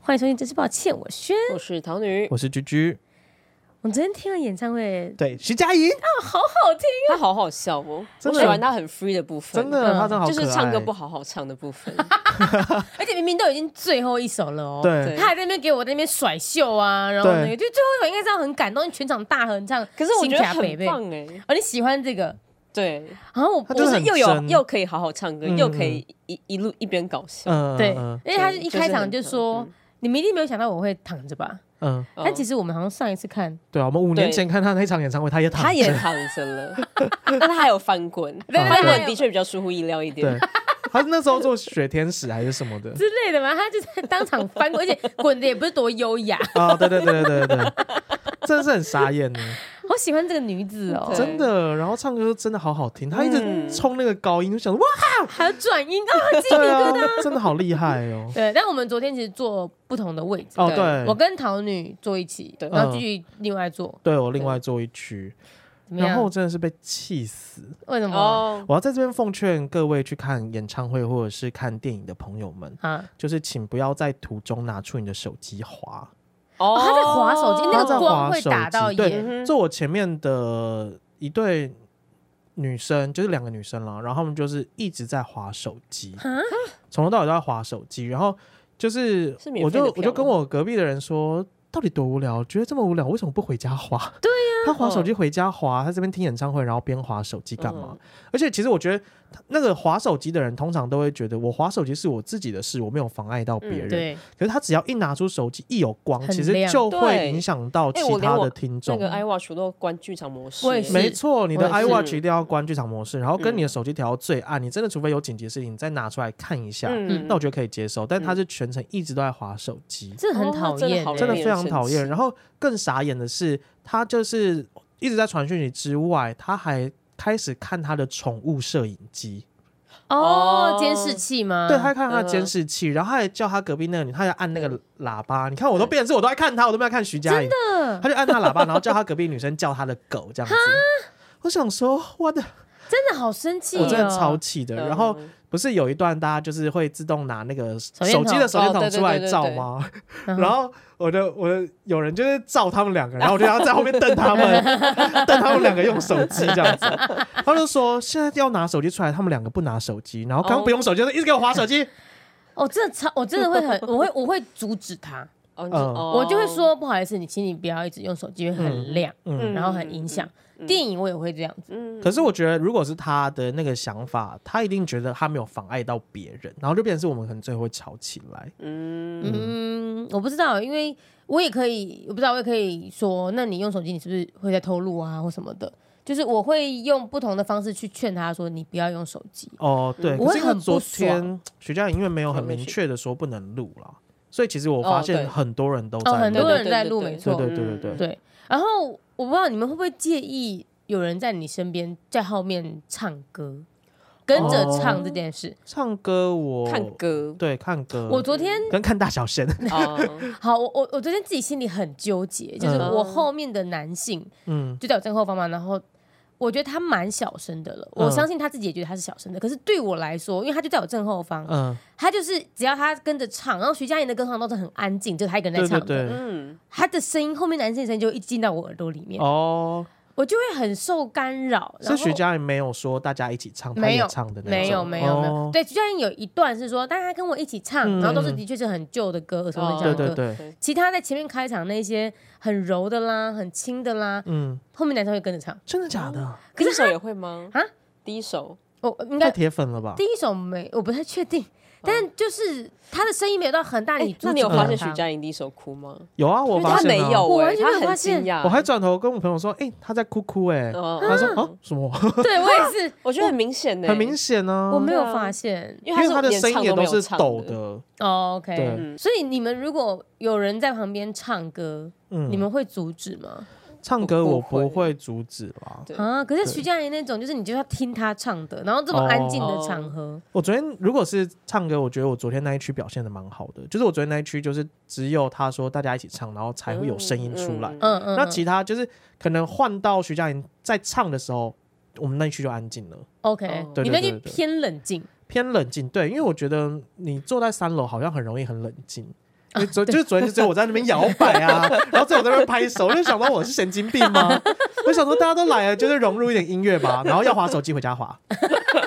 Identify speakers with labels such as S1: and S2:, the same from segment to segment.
S1: 欢迎收听《真是抱歉》，我轩。
S2: 我是桃女，
S3: 我是居居，
S1: 我昨天听了演唱会，
S3: 对，徐佳莹，
S1: 好好听。
S2: 她好好笑哦，
S3: 真
S2: 我
S3: 的
S2: 喜欢她很 free 的部分，
S3: 真的，她真的好可
S2: 就
S3: 爱，
S2: 是唱歌不好好唱的部分，
S1: 而且明明都已经最后一首了哦，
S3: 对
S2: 对
S1: 他还在那边给我在那边甩袖啊，然后那个
S3: 对
S1: 就最后一首应该这样很感动，全场大合唱。
S2: 可是我觉得
S1: 北
S2: 很
S1: 北，
S2: 棒哎，
S1: 哦，你喜欢这个？
S2: 对，
S1: 然后我
S3: 他
S1: 我
S3: 就
S2: 就是是
S3: 很
S2: 又有
S3: 真
S2: 又可以好好唱歌，
S3: 嗯
S2: 又可以一一路一边搞笑，
S3: 嗯，
S1: 对
S3: 嗯，
S1: 因为他是
S2: 对
S1: 一开场就
S2: 就是
S1: 说
S2: 很。哦
S1: 你们一定没有想到我会躺着吧？
S3: 嗯，嗯
S1: 但其
S2: 实
S1: 实我们好像上一次看，
S3: 对啊，我们五年
S2: 对
S3: 前看她那一场演唱会，她也躺着，
S2: 她也躺着了，但她还有翻滚，
S1: 对
S3: 对
S2: 翻滚
S1: 对
S2: 的确比较出乎意料一 点
S3: 对，，她那时候做雪天使还是什么的
S1: 之类的嘛，他就在当场翻滚，而且滚的也不是多优雅。
S3: 啊，对对对对对对，真的是很傻眼呢，
S1: 好喜欢这个女子哦，
S2: 对
S3: 真的，然后唱歌真的好好听，她一直
S2: 嗯
S3: 冲那个高音，就想哇，
S1: 还有转音哦，鸡皮
S3: 对
S1: 疙瘩。
S3: 啊，真的好厉害 哦，
S1: 对，但我们昨天其实坐不同的位置，
S3: 哦
S2: 对
S3: 对
S1: 我，跟桃女坐一起，
S2: 对
S1: 然后继续另外坐，
S3: 对我另外做一曲，
S1: 怎么
S3: 嗯
S1: 样？
S3: 然后我真的是被气死，
S1: 为什么
S2: 哦，
S3: 我要在这边奉劝各位去看演唱会或者是看电影的朋友们。
S1: 啊？
S3: 就是请不要在途中拿出你的手机滑，
S2: 哦
S1: 他在滑手机那
S3: 他
S1: 个
S3: 在
S1: 光
S3: 滑
S1: 会
S3: 手
S1: 打到
S3: 机。对，
S1: 眼
S2: 嗯哼
S3: 坐我前面的一对女生，就是两个女生啦，然后她们就是一直在滑手机，
S1: 啊？
S3: 从头到尾都在滑手机，然后就是
S2: 是免
S3: 我
S2: 费的
S3: 就
S2: 票吗
S3: 我就跟我隔壁的人说，到底多无聊，觉得这么无聊，为什么不回家滑？对呀、他滑手机回家滑，他这边听演唱会，然后边滑手机干嘛？
S2: 嗯
S3: 而且其实我觉得他那个滑手机的人，通常都会觉得我滑手机是我自己的事，我没有妨碍到别
S2: 嗯
S3: 人。
S1: 对，
S3: 可是他只要一拿出手机，一有光，
S1: 很
S3: 其实
S1: 亮
S3: 就会
S2: 对
S3: 影响到其
S2: 哎我连
S3: 他
S2: 我
S3: 的听
S2: 那
S3: 众。
S2: 个 iWatch 我都关剧场模式，
S1: 我也是
S3: 没错，你的
S1: 我也是
S3: iWatch 一定要关剧场模式，然后跟
S2: 嗯
S3: 你的手机调到最暗。你真的除非有紧急的事情，你再拿出来看一下，
S2: 嗯
S3: 那我觉得可以接受。但他是全程一直都在划手机，
S1: 这很
S2: 哦
S1: 讨
S2: 真的
S1: 厌
S2: 好
S1: 欸，
S3: 真的
S2: 令
S3: 非
S2: 人
S3: 常
S2: 生
S3: 讨厌。
S2: 气
S3: 然后更傻眼的是，他就是一直在传讯息之外，他还开始看他的宠物摄影机。
S1: 哦
S2: 哦，
S1: 监视器吗？
S3: 对，他还看他的
S2: 嗯
S3: 监视器，然后他还叫他隔壁那个女，他还按那个喇叭。你看，我都变成是我都在看他，我都没有看徐佳莹。
S1: 嗯的
S3: 他就按他喇叭，然后叫他隔壁女生叫他的狗这样子。我想说，我的，
S1: 真的好生气哦，
S3: 我真的超气的。
S2: 嗯
S3: 然后不是有一段大家就是会自动拿那个
S1: 电筒嗯
S3: 手机的手电
S2: 哦对
S3: 筒
S2: 对
S3: 出来
S2: 对对
S3: 照
S2: 对
S3: 吗？
S1: 然
S3: 然
S1: 后
S3: 后我的我的有人就是照他们两个，然后我就要在后面瞪他 们，瞪他们两个用手机这样子。他就说现在要拿手机出来，他们两个不拿手机，然后刚刚不用手机，就一直给我划手机。
S1: 哦，真的超，我真的会很，我会我会阻止他，
S2: 哦你说
S3: 嗯
S2: 哦
S1: 我就会说不好意思，你请你不要一直用手机，会很亮，
S3: 嗯
S2: 嗯
S1: 然后很影响电影，我也会这样子，
S2: 嗯
S3: 可是我觉得，如果是他的那个想法，他一定觉得他没有妨碍到别人，然后就变成是我们可能最后会吵起来。
S2: 嗯，
S1: 嗯，我不知道，因为我也可以，我不知道，我也可以说，那你用手机，你是不是会在偷录啊，或什么的？就是我会用不同的方式去劝他说，你不要用手机。
S3: 哦，对，
S1: 嗯我
S3: 可
S1: 会
S3: 是因为
S1: 很不
S3: 昨天徐佳莹因为没有很明
S2: 嗯
S3: 确的说不能录啦，所以其实我
S2: 哦
S3: 发现
S2: 对
S3: 很多人都在
S1: 哦，
S3: 录、
S1: 很多人在录，
S2: 对对对
S1: 没
S3: 对
S1: 错，
S3: 对对对对，
S1: 对。然后我不知道你们会不会介意有人在你身边在后面唱歌，跟着
S3: 哦
S1: 唱这件事。
S3: 唱歌我
S2: 看歌
S3: 对看歌，
S1: 我昨天
S3: 跟看大小 声，
S2: 哦，
S1: 好，我我我昨天自己心里很纠结，就是
S3: 嗯
S1: 我后面的男性
S3: 嗯
S1: 就在我正后方嘛，然后我觉得他蛮小声的了，
S3: 嗯
S1: 我相信他自己也觉得他是小声的，可是对我来说，因为他就在我正后方，
S3: 嗯，
S1: 他就是只要他跟着唱，然后徐佳莹的歌唱都是很安静，就是他一个人
S3: 对
S1: 在唱
S3: 对
S1: 的，
S3: 对，
S2: 嗯，
S1: 他的声音后面男生的声音就一直进到我耳朵里面，
S3: 哦，
S1: 我就会很受干扰。嗯然
S3: 是
S1: 后
S3: 徐佳莹没有说大家一起唱，她
S1: 没
S3: 也
S1: 有
S3: 唱的那种，
S1: 没有没有没有，
S3: 哦
S1: 对，徐佳莹有一段是说大家跟我一起唱，
S3: 嗯
S1: 然后都是的确是很旧的歌，耳熟能详的
S3: 对
S1: 歌。
S3: 对对，
S1: 其他在前面开场那些很柔的啦，很轻的啦，
S3: 嗯，
S1: 后面男生会跟着唱。
S3: 真的假的？
S2: 第一首也会吗？
S1: 啊，
S2: 第一首
S1: 哦，嗯应该
S3: 太铁粉了吧
S1: 第？一首没，我不太确
S3: 哦
S1: 定，但就是他的声音没有到很大，你
S2: 哎，
S1: 阻
S2: 那
S1: 止
S2: 你有
S1: 不了
S2: 发现
S1: 他
S2: 徐佳莹第一首哭吗？
S3: 有啊，我发
S2: 他
S3: 现、啊、
S2: 没有、欸，
S1: 我完全没有
S2: 他
S1: 发
S2: 很
S1: 现
S2: 惊讶，
S3: 我还转头跟我朋友说，哎、他在哭哭、欸，哎、
S1: 嗯
S2: 哦
S3: 他说，哦、什么？
S1: 对 我也是，
S2: 我觉得很明显呢、
S3: 很明显呢、
S1: 嗯我没有发现。
S2: 因
S3: 因为
S2: 他
S3: 他的
S2: 连
S3: 声音
S2: 唱
S3: 也
S2: 没
S3: 都
S2: 有
S3: 是
S2: 唱
S3: 抖
S2: 的，
S3: 的，
S1: 哦 OK，
S3: 对
S2: 嗯
S1: 所以你们如果有人在旁边唱歌，
S3: 嗯，
S1: 你们会阻止吗？
S3: 唱歌
S2: 不
S3: 我
S2: 不
S3: 不
S2: 会
S3: 会阻止啦。
S2: 对
S1: 啊，可是
S3: 对哦
S1: 徐佳莹那种，就是你就要听她唱的，然后这么安静的场合，
S3: 我昨天如果是唱歌，我觉得我昨天那一区表现的蛮好的，就是我昨天那一区就是只有他说大家一起唱，然后才会有声音出来。
S2: 嗯
S1: 嗯嗯，
S3: 那
S1: 嗯
S3: 其他就是可能换到徐佳莹在唱的时候，我们那一区就安静了，
S1: OK，
S3: 哦对对
S1: 你那
S3: 对对
S1: 就偏冷静
S2: 嗯
S3: 偏冷静。对，因为我觉得你坐在三楼好像很容易很冷静，
S1: 哦
S3: 就昨就是昨天就只有我在那边摇摆 啊，然后在我在那边拍手，我就想到我是神经病吗？我想说大家都来了，就是融入一点音乐吧，然后要划手机回家划，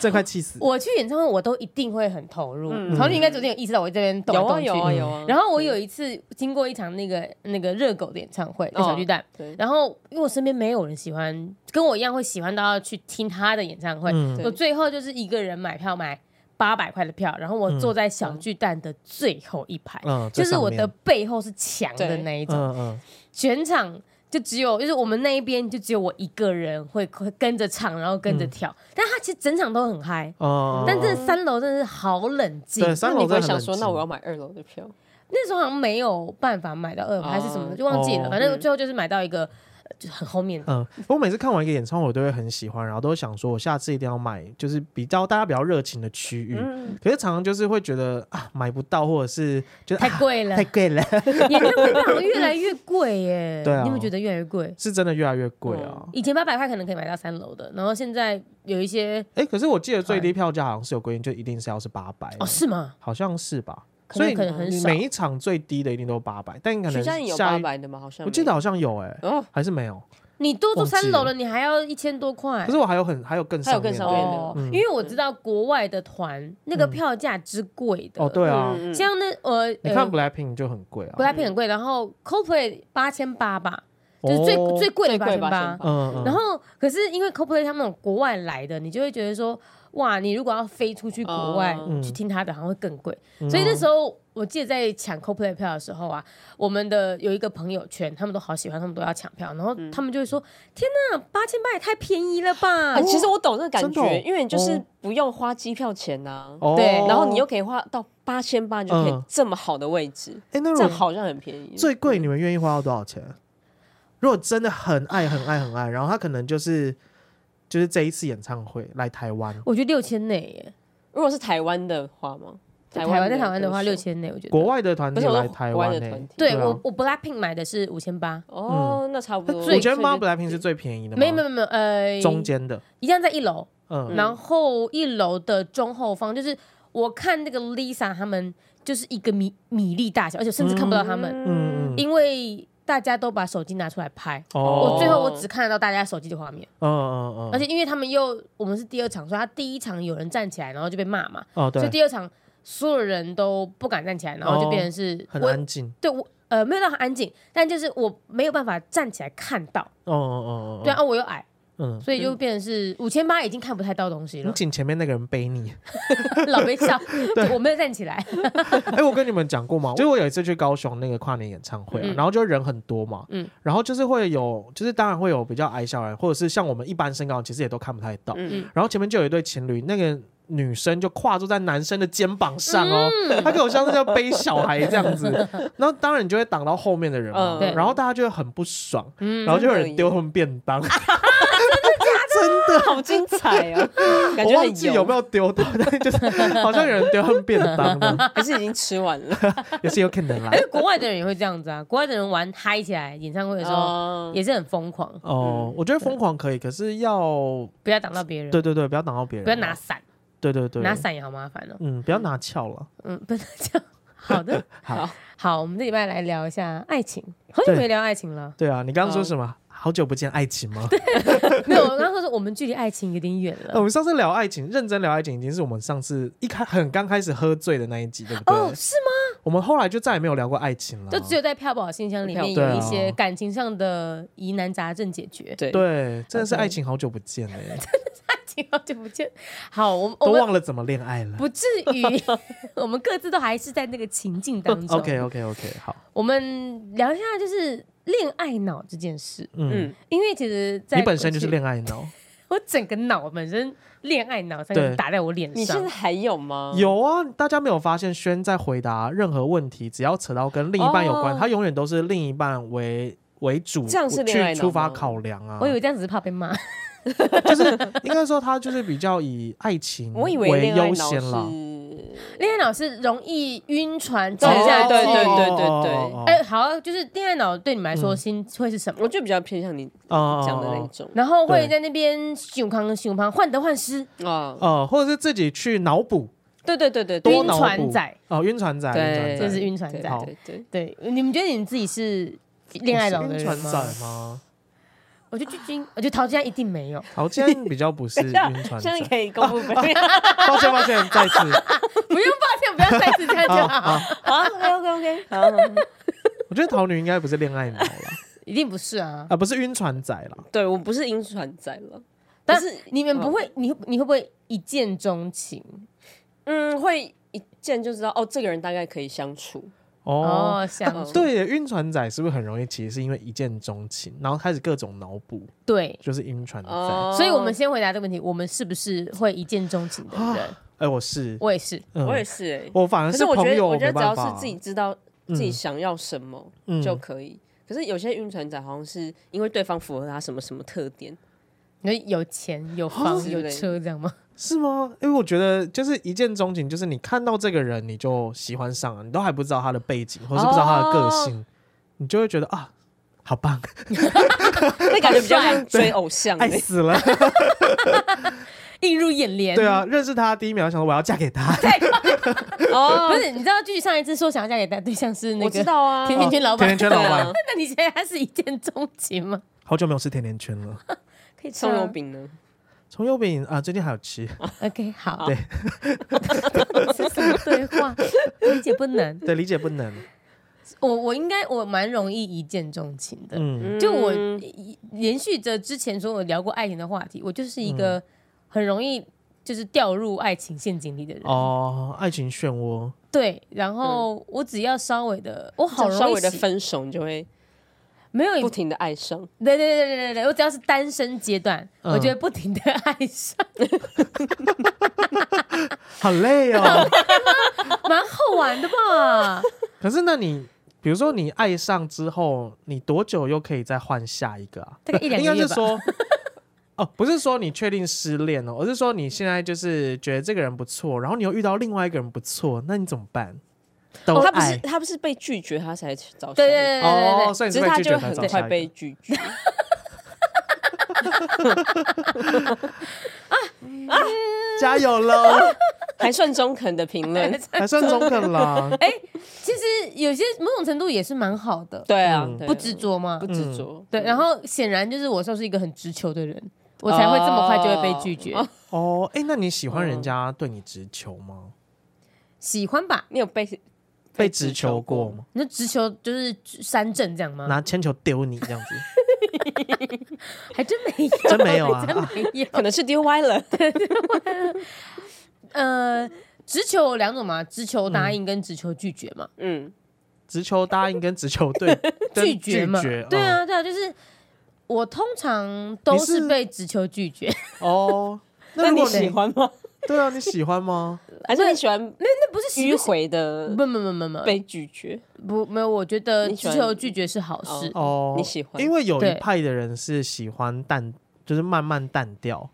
S3: 真快气死！
S1: 我去演唱会，我都一定会很投入。
S2: 嗯
S1: 曹、嗯、你应该昨天有意识到我这边动来
S2: 有啊
S1: 动去。嗯
S2: 有啊有
S3: 嗯
S2: 啊。
S1: 然后我有一次经过一场那个那个热狗的演唱
S2: 嗯
S1: 会，在小巨蛋。
S2: 对，
S1: 然后因为我身边没有人喜欢，跟我一样会喜欢到要去听他的演唱会。
S3: 嗯
S2: 对
S1: 我最后就是一个人买票买八百块的票，然后我坐在小巨蛋的最后一排，
S3: 嗯，
S1: 就
S3: 在
S1: 是
S3: 上
S1: 我
S3: 面
S1: 的背后是墙的
S2: 对
S1: 那一种。
S3: 嗯嗯
S1: 全场就只有就是我们那一边就只有我一个人会会跟着唱，然后跟着跳，但他其实整场都很嗨。
S3: 嗯哦，
S1: 但这三楼真的是好冷静
S3: 对，三
S2: 那
S3: 楼
S2: 你
S3: 真的很
S2: 会想
S3: 冷
S2: 说，
S3: 静
S2: 那我要买二楼的票，
S1: 那时候好像没有办法买到二楼还是什么的，
S2: 哦
S1: 就忘记了。
S3: 哦
S1: 反正最后就是买到一个呃就很 后面的，
S3: 嗯，我每次看完一个演唱会，我都会很喜欢，然后都会想说，我下次一定要买，就是比较大家比较热情的区域。
S2: 嗯，
S3: 可是常常就是会觉得啊，买不到，或者是觉得、
S1: 太
S3: 啊、
S1: 贵了
S3: 太。贵了，
S1: 演唱会好像越来越贵耶，
S3: 对啊
S1: 你有没有觉得越来越贵？
S3: 是真的越来越贵啊。
S2: 嗯
S1: 以前八百块可能可以买到三楼的，然后现在有一些
S3: 哎、可是我记得最低票价好像是有规定，就一定是要是八百、
S1: 哦是吗？
S3: 好像是吧？
S1: 可
S3: 所
S1: 能
S3: 以
S1: 可能很
S3: 你
S1: 少
S3: 每一场最低的一定都八百，但可
S2: 徐
S3: 能
S2: 佳莹有
S3: 下
S2: 八
S3: 一，
S2: 百的吗？好像
S3: 我记得好像有哎、
S2: 没有哦，
S3: 还是没有。
S1: 你都住
S3: 忘记了
S1: 三楼了，你还要一千多块
S3: 可。是我还有很还有更
S2: 还
S3: 上
S2: 有
S3: 面的，
S2: 更上面的
S1: 哦，
S3: 嗯
S1: 因为我知道国外的团那个票价之贵的，
S3: 哦对啊，
S2: 嗯，嗯
S1: 像那呃
S3: 你看
S1: 呃
S3: Blackpink 就很贵啊，
S1: ，Blackpink 很贵，然后 Coldplay 八千八吧，就是最
S3: 哦
S1: 最贵的
S2: 最
S1: 八
S2: 贵
S1: 千八
S2: 8800。
S3: 嗯嗯，
S1: 然后可是因为 Coldplay 他们那种国外来的，你就会觉得说，哇，你如果要飞出去国外
S3: 嗯
S1: 去听他的，好像会更贵。
S3: 嗯
S1: 所以那时候我记得在抢 Coldplay 票的时候啊，我们的有一个朋友圈，他们都好喜欢，他们都要抢票，然后他们就会说，天呐，八千八也太便宜了吧
S2: 啊，！其实我懂这个
S3: 哦
S2: 感
S3: 真的哦
S2: 觉，因为你就
S3: 哦
S2: 是不用花机票钱呐，
S3: 哦
S1: 对
S2: 然后你又可以花到八千八，就可以
S3: 嗯
S2: 这么好的位置，
S3: 哎、那如
S2: 这样
S3: 果
S2: 好像很便宜。
S3: 最贵你们愿意花到多少钱？如果真的很爱很爱很爱，然后他可能就是就是这一次演唱会来台湾，
S1: 我觉得六千欸内耶。
S2: 如果是台湾的话吗？
S1: 台湾在台湾的话，
S2: 歌手
S1: 六，千内，我觉得。
S3: 国外的团
S2: 不
S3: 体
S2: 是我
S3: 来
S2: 说
S3: 台
S2: 国外
S3: 湾
S2: 的
S3: 呢、
S2: 团体。
S1: 对
S3: 对啊
S1: 我，我 Blackpink 买的是五千八，
S2: 哦，那差不多。
S3: 我觉得 m a
S2: 所
S3: b l a p i n 嗯是最便宜的吗，
S1: 没有没有没有，呃，
S3: 中间的，
S1: 一样在一楼，
S3: 嗯，
S1: 然后一楼的中后方，就是我看那个 Lisa 他们就是一个米米粒大小，而且甚至看不到他们，
S3: 嗯嗯，
S1: 因为大家都把手机拿出来拍。
S3: 哦，
S1: 我最后我只看得到大家手机的画面，
S3: 嗯嗯嗯，
S1: 而且因为他们又我们是第二场，所以他第一场有人站起来，然后就被骂嘛，
S3: 哦对，
S1: 所以
S3: 哦
S1: 第二场所有人都不敢站起来，然后就变成是
S3: 很
S1: 我
S3: 安静，
S1: 对我呃没有到很安静，但就是我没有办法站起来看到，
S3: 哦哦哦，
S1: 对啊，，啊我又矮，
S3: 嗯。
S1: 所以就变成是五千八已经看不太到东西
S3: 你
S1: 了，
S3: 请前面那个人背 你。
S1: 老被笑，我没有站起来，
S3: 哎，我跟你们讲过吗？就是我有一次去高雄那个跨年演唱会啊，
S1: 嗯
S3: 然后就人很多嘛，
S1: 嗯
S3: 然后就是会有，就是当然会有比较矮小的人，或者是像我们一般身高，其实也都看不太到。
S2: 嗯
S3: 然后前面就有一对情侣，那个女生就跨坐在男生的肩膀上哦，她给我像是在背小孩这样子。然后当然你就会挡到后面的人嘛
S2: 嗯，对
S3: 然后大家就会很不爽，
S1: 嗯
S3: 然后就有人丢他们便当。
S2: 真的好精彩哦，嗯 感
S3: 我
S2: 觉
S3: 忘
S2: 很
S3: 记有没有丢到，但就是好像有人丢他们便当 的，
S2: 还是已经吃完 了。
S3: 也是有可能啦
S1: 因。为国外的人也会这样子啊，国外的人玩嗨起来，演唱会的时候
S2: 哦
S1: 也是很疯狂，
S3: 哦，我觉得疯狂可以，可是要
S1: 不要挡到别人，
S3: 对对对，不要挡到别人，
S1: 不要拿，伞，
S3: 对对对，
S1: 拿，伞也好麻烦哦，
S3: 嗯，不要拿翘了。
S1: 嗯，不能 这样。好的，
S3: 好，
S1: 好，我们这礼拜来聊一下爱情，好久没聊爱情了。
S3: 对啊，你刚刚说什么？好久不见，爱情吗？
S1: 没有，我刚刚说我们距离爱情有点远
S3: 呃
S1: 了。
S3: 我们上次聊爱情，认真聊爱情，已经是我们上次一开很刚开始喝醉的那一集，对不对？
S1: 哦，是
S3: 我们后来就再也没有聊过爱情了。
S1: 就只有在票宝信箱里面
S2: 对
S3: 啊
S1: 有一些感情上的疑难杂症解决。
S2: 对，
S3: 对，真的是爱情好久不见了耶，
S1: 情好久不见，好，我们我
S3: 都
S1: 们
S3: 忘了怎么恋爱了。
S1: 不至于， 我们各自都还是在那个情境当 中。
S3: OK OK OK，好，
S1: 我们聊一下就是恋爱脑这件事，
S3: 嗯，
S2: 嗯，
S1: 因为其实在
S3: 你本身就是
S1: 过去，
S3: 恋爱脑，
S1: 我整个脑本身恋爱脑三
S3: 对
S1: 个打在我脸
S2: 你现
S1: 上
S2: 在。还有吗？
S3: 有啊，大家没有发现轩在回答任何问题，只要扯到跟另一半有关，
S2: 哦
S3: 他永远都是另一半为为主，
S2: 这样是恋爱
S3: 去
S2: 脑
S3: 出发
S2: 吗
S3: 考量啊。
S1: 我以为这样只是怕被骂，
S3: 应该说他就是比较以爱情
S2: 我以为恋爱
S3: 优
S2: 脑
S3: 先啦。
S2: 是
S1: 恋爱脑是容易晕
S3: 哦
S1: 船走
S2: 对
S1: 下去。
S2: 对对对对
S1: 哎、
S3: 对，
S1: 好，就是恋爱脑对你们来说，
S3: 嗯
S1: 心会是什么？
S2: 我就比较偏向你
S3: 哦
S2: 讲的那种
S1: 然后会
S3: 对
S1: 在那边想康想康，患得患失。
S2: 啊，
S3: 呃，或者是自己去脑补，
S2: 对对对对，对
S3: 多
S1: 晕
S3: 脑补
S1: 船仔，
S3: 哦，晕船仔，
S2: 对，
S3: 晕
S1: 这是
S3: 船
S1: 晕船
S2: 对
S1: 仔
S3: 好
S2: 对对，
S1: 对，你们觉得你们自己是恋爱脑
S3: 我
S1: 的
S3: 是晕
S1: 人
S3: 船
S1: 吗？
S3: 仔吗？
S1: 我觉得巨鲸，我觉得陶家一定没有，
S3: 好，今天比较不是晕船
S2: 现在
S3: 仔，
S2: 可以公布本 名
S3: 抱歉抱歉，再次
S1: 不用抱歉，不要再次这
S3: 啊
S1: 样就好，
S3: 啊，
S2: 好，OK OK OK，好，好好
S3: 我觉得桃女应该不是恋爱脑了，
S1: 一定不是啊。
S3: 啊，不是晕船仔了，
S2: 对我不是晕船仔了，
S1: 但哦
S2: 是
S1: 你们不会，你你会不会一见钟情？
S2: 嗯，会一见就知道哦，这个人大概可以相处，
S3: 哦。
S1: 哦，想
S2: 嗯
S3: 对耶，晕船仔是不是很容易？其实是因为一见钟情，然后开始各种脑补，
S1: 对，
S3: 就是晕船仔。
S2: 哦，
S1: 所以我们先回答这个问题，我们是不是会一见钟情的人？
S3: 哎、我是，
S1: 我也是，
S3: 嗯
S2: 我也是哎，
S3: 我反而
S2: 可是我觉
S3: 朋
S2: 得
S3: 友，
S2: 我觉得
S3: 没办
S2: 只要
S3: 法
S2: 是自己知道
S3: 嗯
S2: 自己想要什么
S3: 嗯
S2: 就可以，可是有些晕船仔好像是因为对方符合他什么什么特点，
S1: 你说有钱有房
S2: 之
S1: 有
S2: 类的
S1: 车这样吗？
S3: 是吗？因为我觉得就是一见钟情，就是你看到这个人你就喜欢上了，你都还不知道他的背景，或是不知道他的个
S1: 哦
S3: 性，你就会觉得啊，好 棒，
S2: 那感觉比较像追偶像
S3: 爱
S2: 欸
S3: 死
S1: 哎
S3: 了。
S1: 映入眼帘。
S3: 对啊，认识他第一秒想说我要嫁给 他，
S2: 哦
S1: 不，是，你知道，剧上一次说想要嫁给他对象是那
S2: 我知
S1: 个，
S2: 道啊，
S1: 甜甜圈老板
S3: 甜甜圈老板
S2: 对啊，
S1: 那你觉得他是一见钟情吗？
S3: 好久没有吃甜甜圈了。
S1: 可以吃啊
S2: 葱
S1: 吗
S2: 油饼呢？
S3: 葱油饼啊，最近还有吃，
S1: OK，好。
S3: 对，
S1: 是什么对话？理解不能。
S3: 对，理解不能。
S1: 我我应该我蛮容易一见钟情的，
S3: 嗯，
S1: 就我
S2: 嗯
S1: 延续着之前说我聊过爱情的话题，我就是一
S3: 嗯
S1: 个很容易就是掉入爱情陷阱里的人。
S3: 哦，爱情漩涡，
S1: 对，然后我只要稍微的，嗯我好
S2: 稍
S1: 容易
S2: 微的
S1: 喜
S2: 分手，你就会
S1: 没有
S2: 不停的爱上。
S1: 对对对对对对，我只要是单身阶段，
S3: 嗯
S1: 我就会不停的爱上，
S3: 好累哦。
S1: 蛮好玩 的吧？
S3: 可是那你。比如说，你爱上之后，你多久又可以再换下一个啊？
S1: 大概一两
S3: 应
S1: 个
S3: 该
S1: 月
S3: 是
S1: 吧。
S3: 说，哦，不是说你确定失恋哦了，而是说你现在就是觉得这个人不错，然后你又遇到另外一个人不错，那你怎么办？
S1: 哦
S3: 都
S2: 他不是
S3: 爱。
S2: 他不是被拒绝，他才去找下
S1: 对
S2: 一
S1: 对
S2: 个，
S1: 对对对对
S3: 哦，所以你
S2: 只
S3: 是
S2: 是
S3: 被
S2: 他
S3: 拒
S2: 就
S3: 绝
S2: 会
S3: 才
S2: 很
S3: 找
S2: 快
S3: 下一
S2: 被
S3: 个。
S2: 拒绝。
S3: 加油 喽，
S2: 还算中肯的评论，
S3: 还算中肯啦。
S1: 其实有些某种程度也是蛮好的，
S2: 对啊
S3: 嗯，
S2: 对啊
S1: 不嗯执着嘛
S2: 不。执着，嗯
S1: 对，然后显然就是我算是一个很直球的人，我才会这么快就会被拒绝。
S2: 哦
S3: 哦，哎，那你喜欢人家对你直球
S1: 嗯
S3: 吗？
S1: 喜欢吧？
S2: 你有被
S3: 被直球过？吗？
S1: 那直球就是三振这样吗？
S3: 拿铅球丢你这样子，
S1: 还真没有，
S3: 真没有啊
S1: 真没有。
S2: 可能是丢歪了，
S1: 呃，直球有两种嘛，直球答应跟直球拒绝嘛。
S2: 嗯，
S3: 直球答应跟直球对跟
S1: 拒绝嘛，
S3: 拒绝哦嗯
S1: 对啊，对啊，就是我通常都
S3: 你是
S1: 是被直球拒绝，
S3: 哦。
S2: 那
S3: 如
S2: 你
S3: 果
S2: 喜？欢吗？
S3: 对啊，你喜欢吗？
S2: 还是你喜欢
S1: 那 不是喜
S2: 迂
S1: 不喜
S2: 回的
S1: 不不不不不
S2: 被拒绝？
S1: 不没有，我觉得
S2: 你喜
S1: 直
S2: 欢
S1: 球拒绝是好事，
S3: 哦，
S2: 你喜欢
S3: 因为有一
S1: 对
S3: 派的人是喜欢淡，就是慢慢淡掉，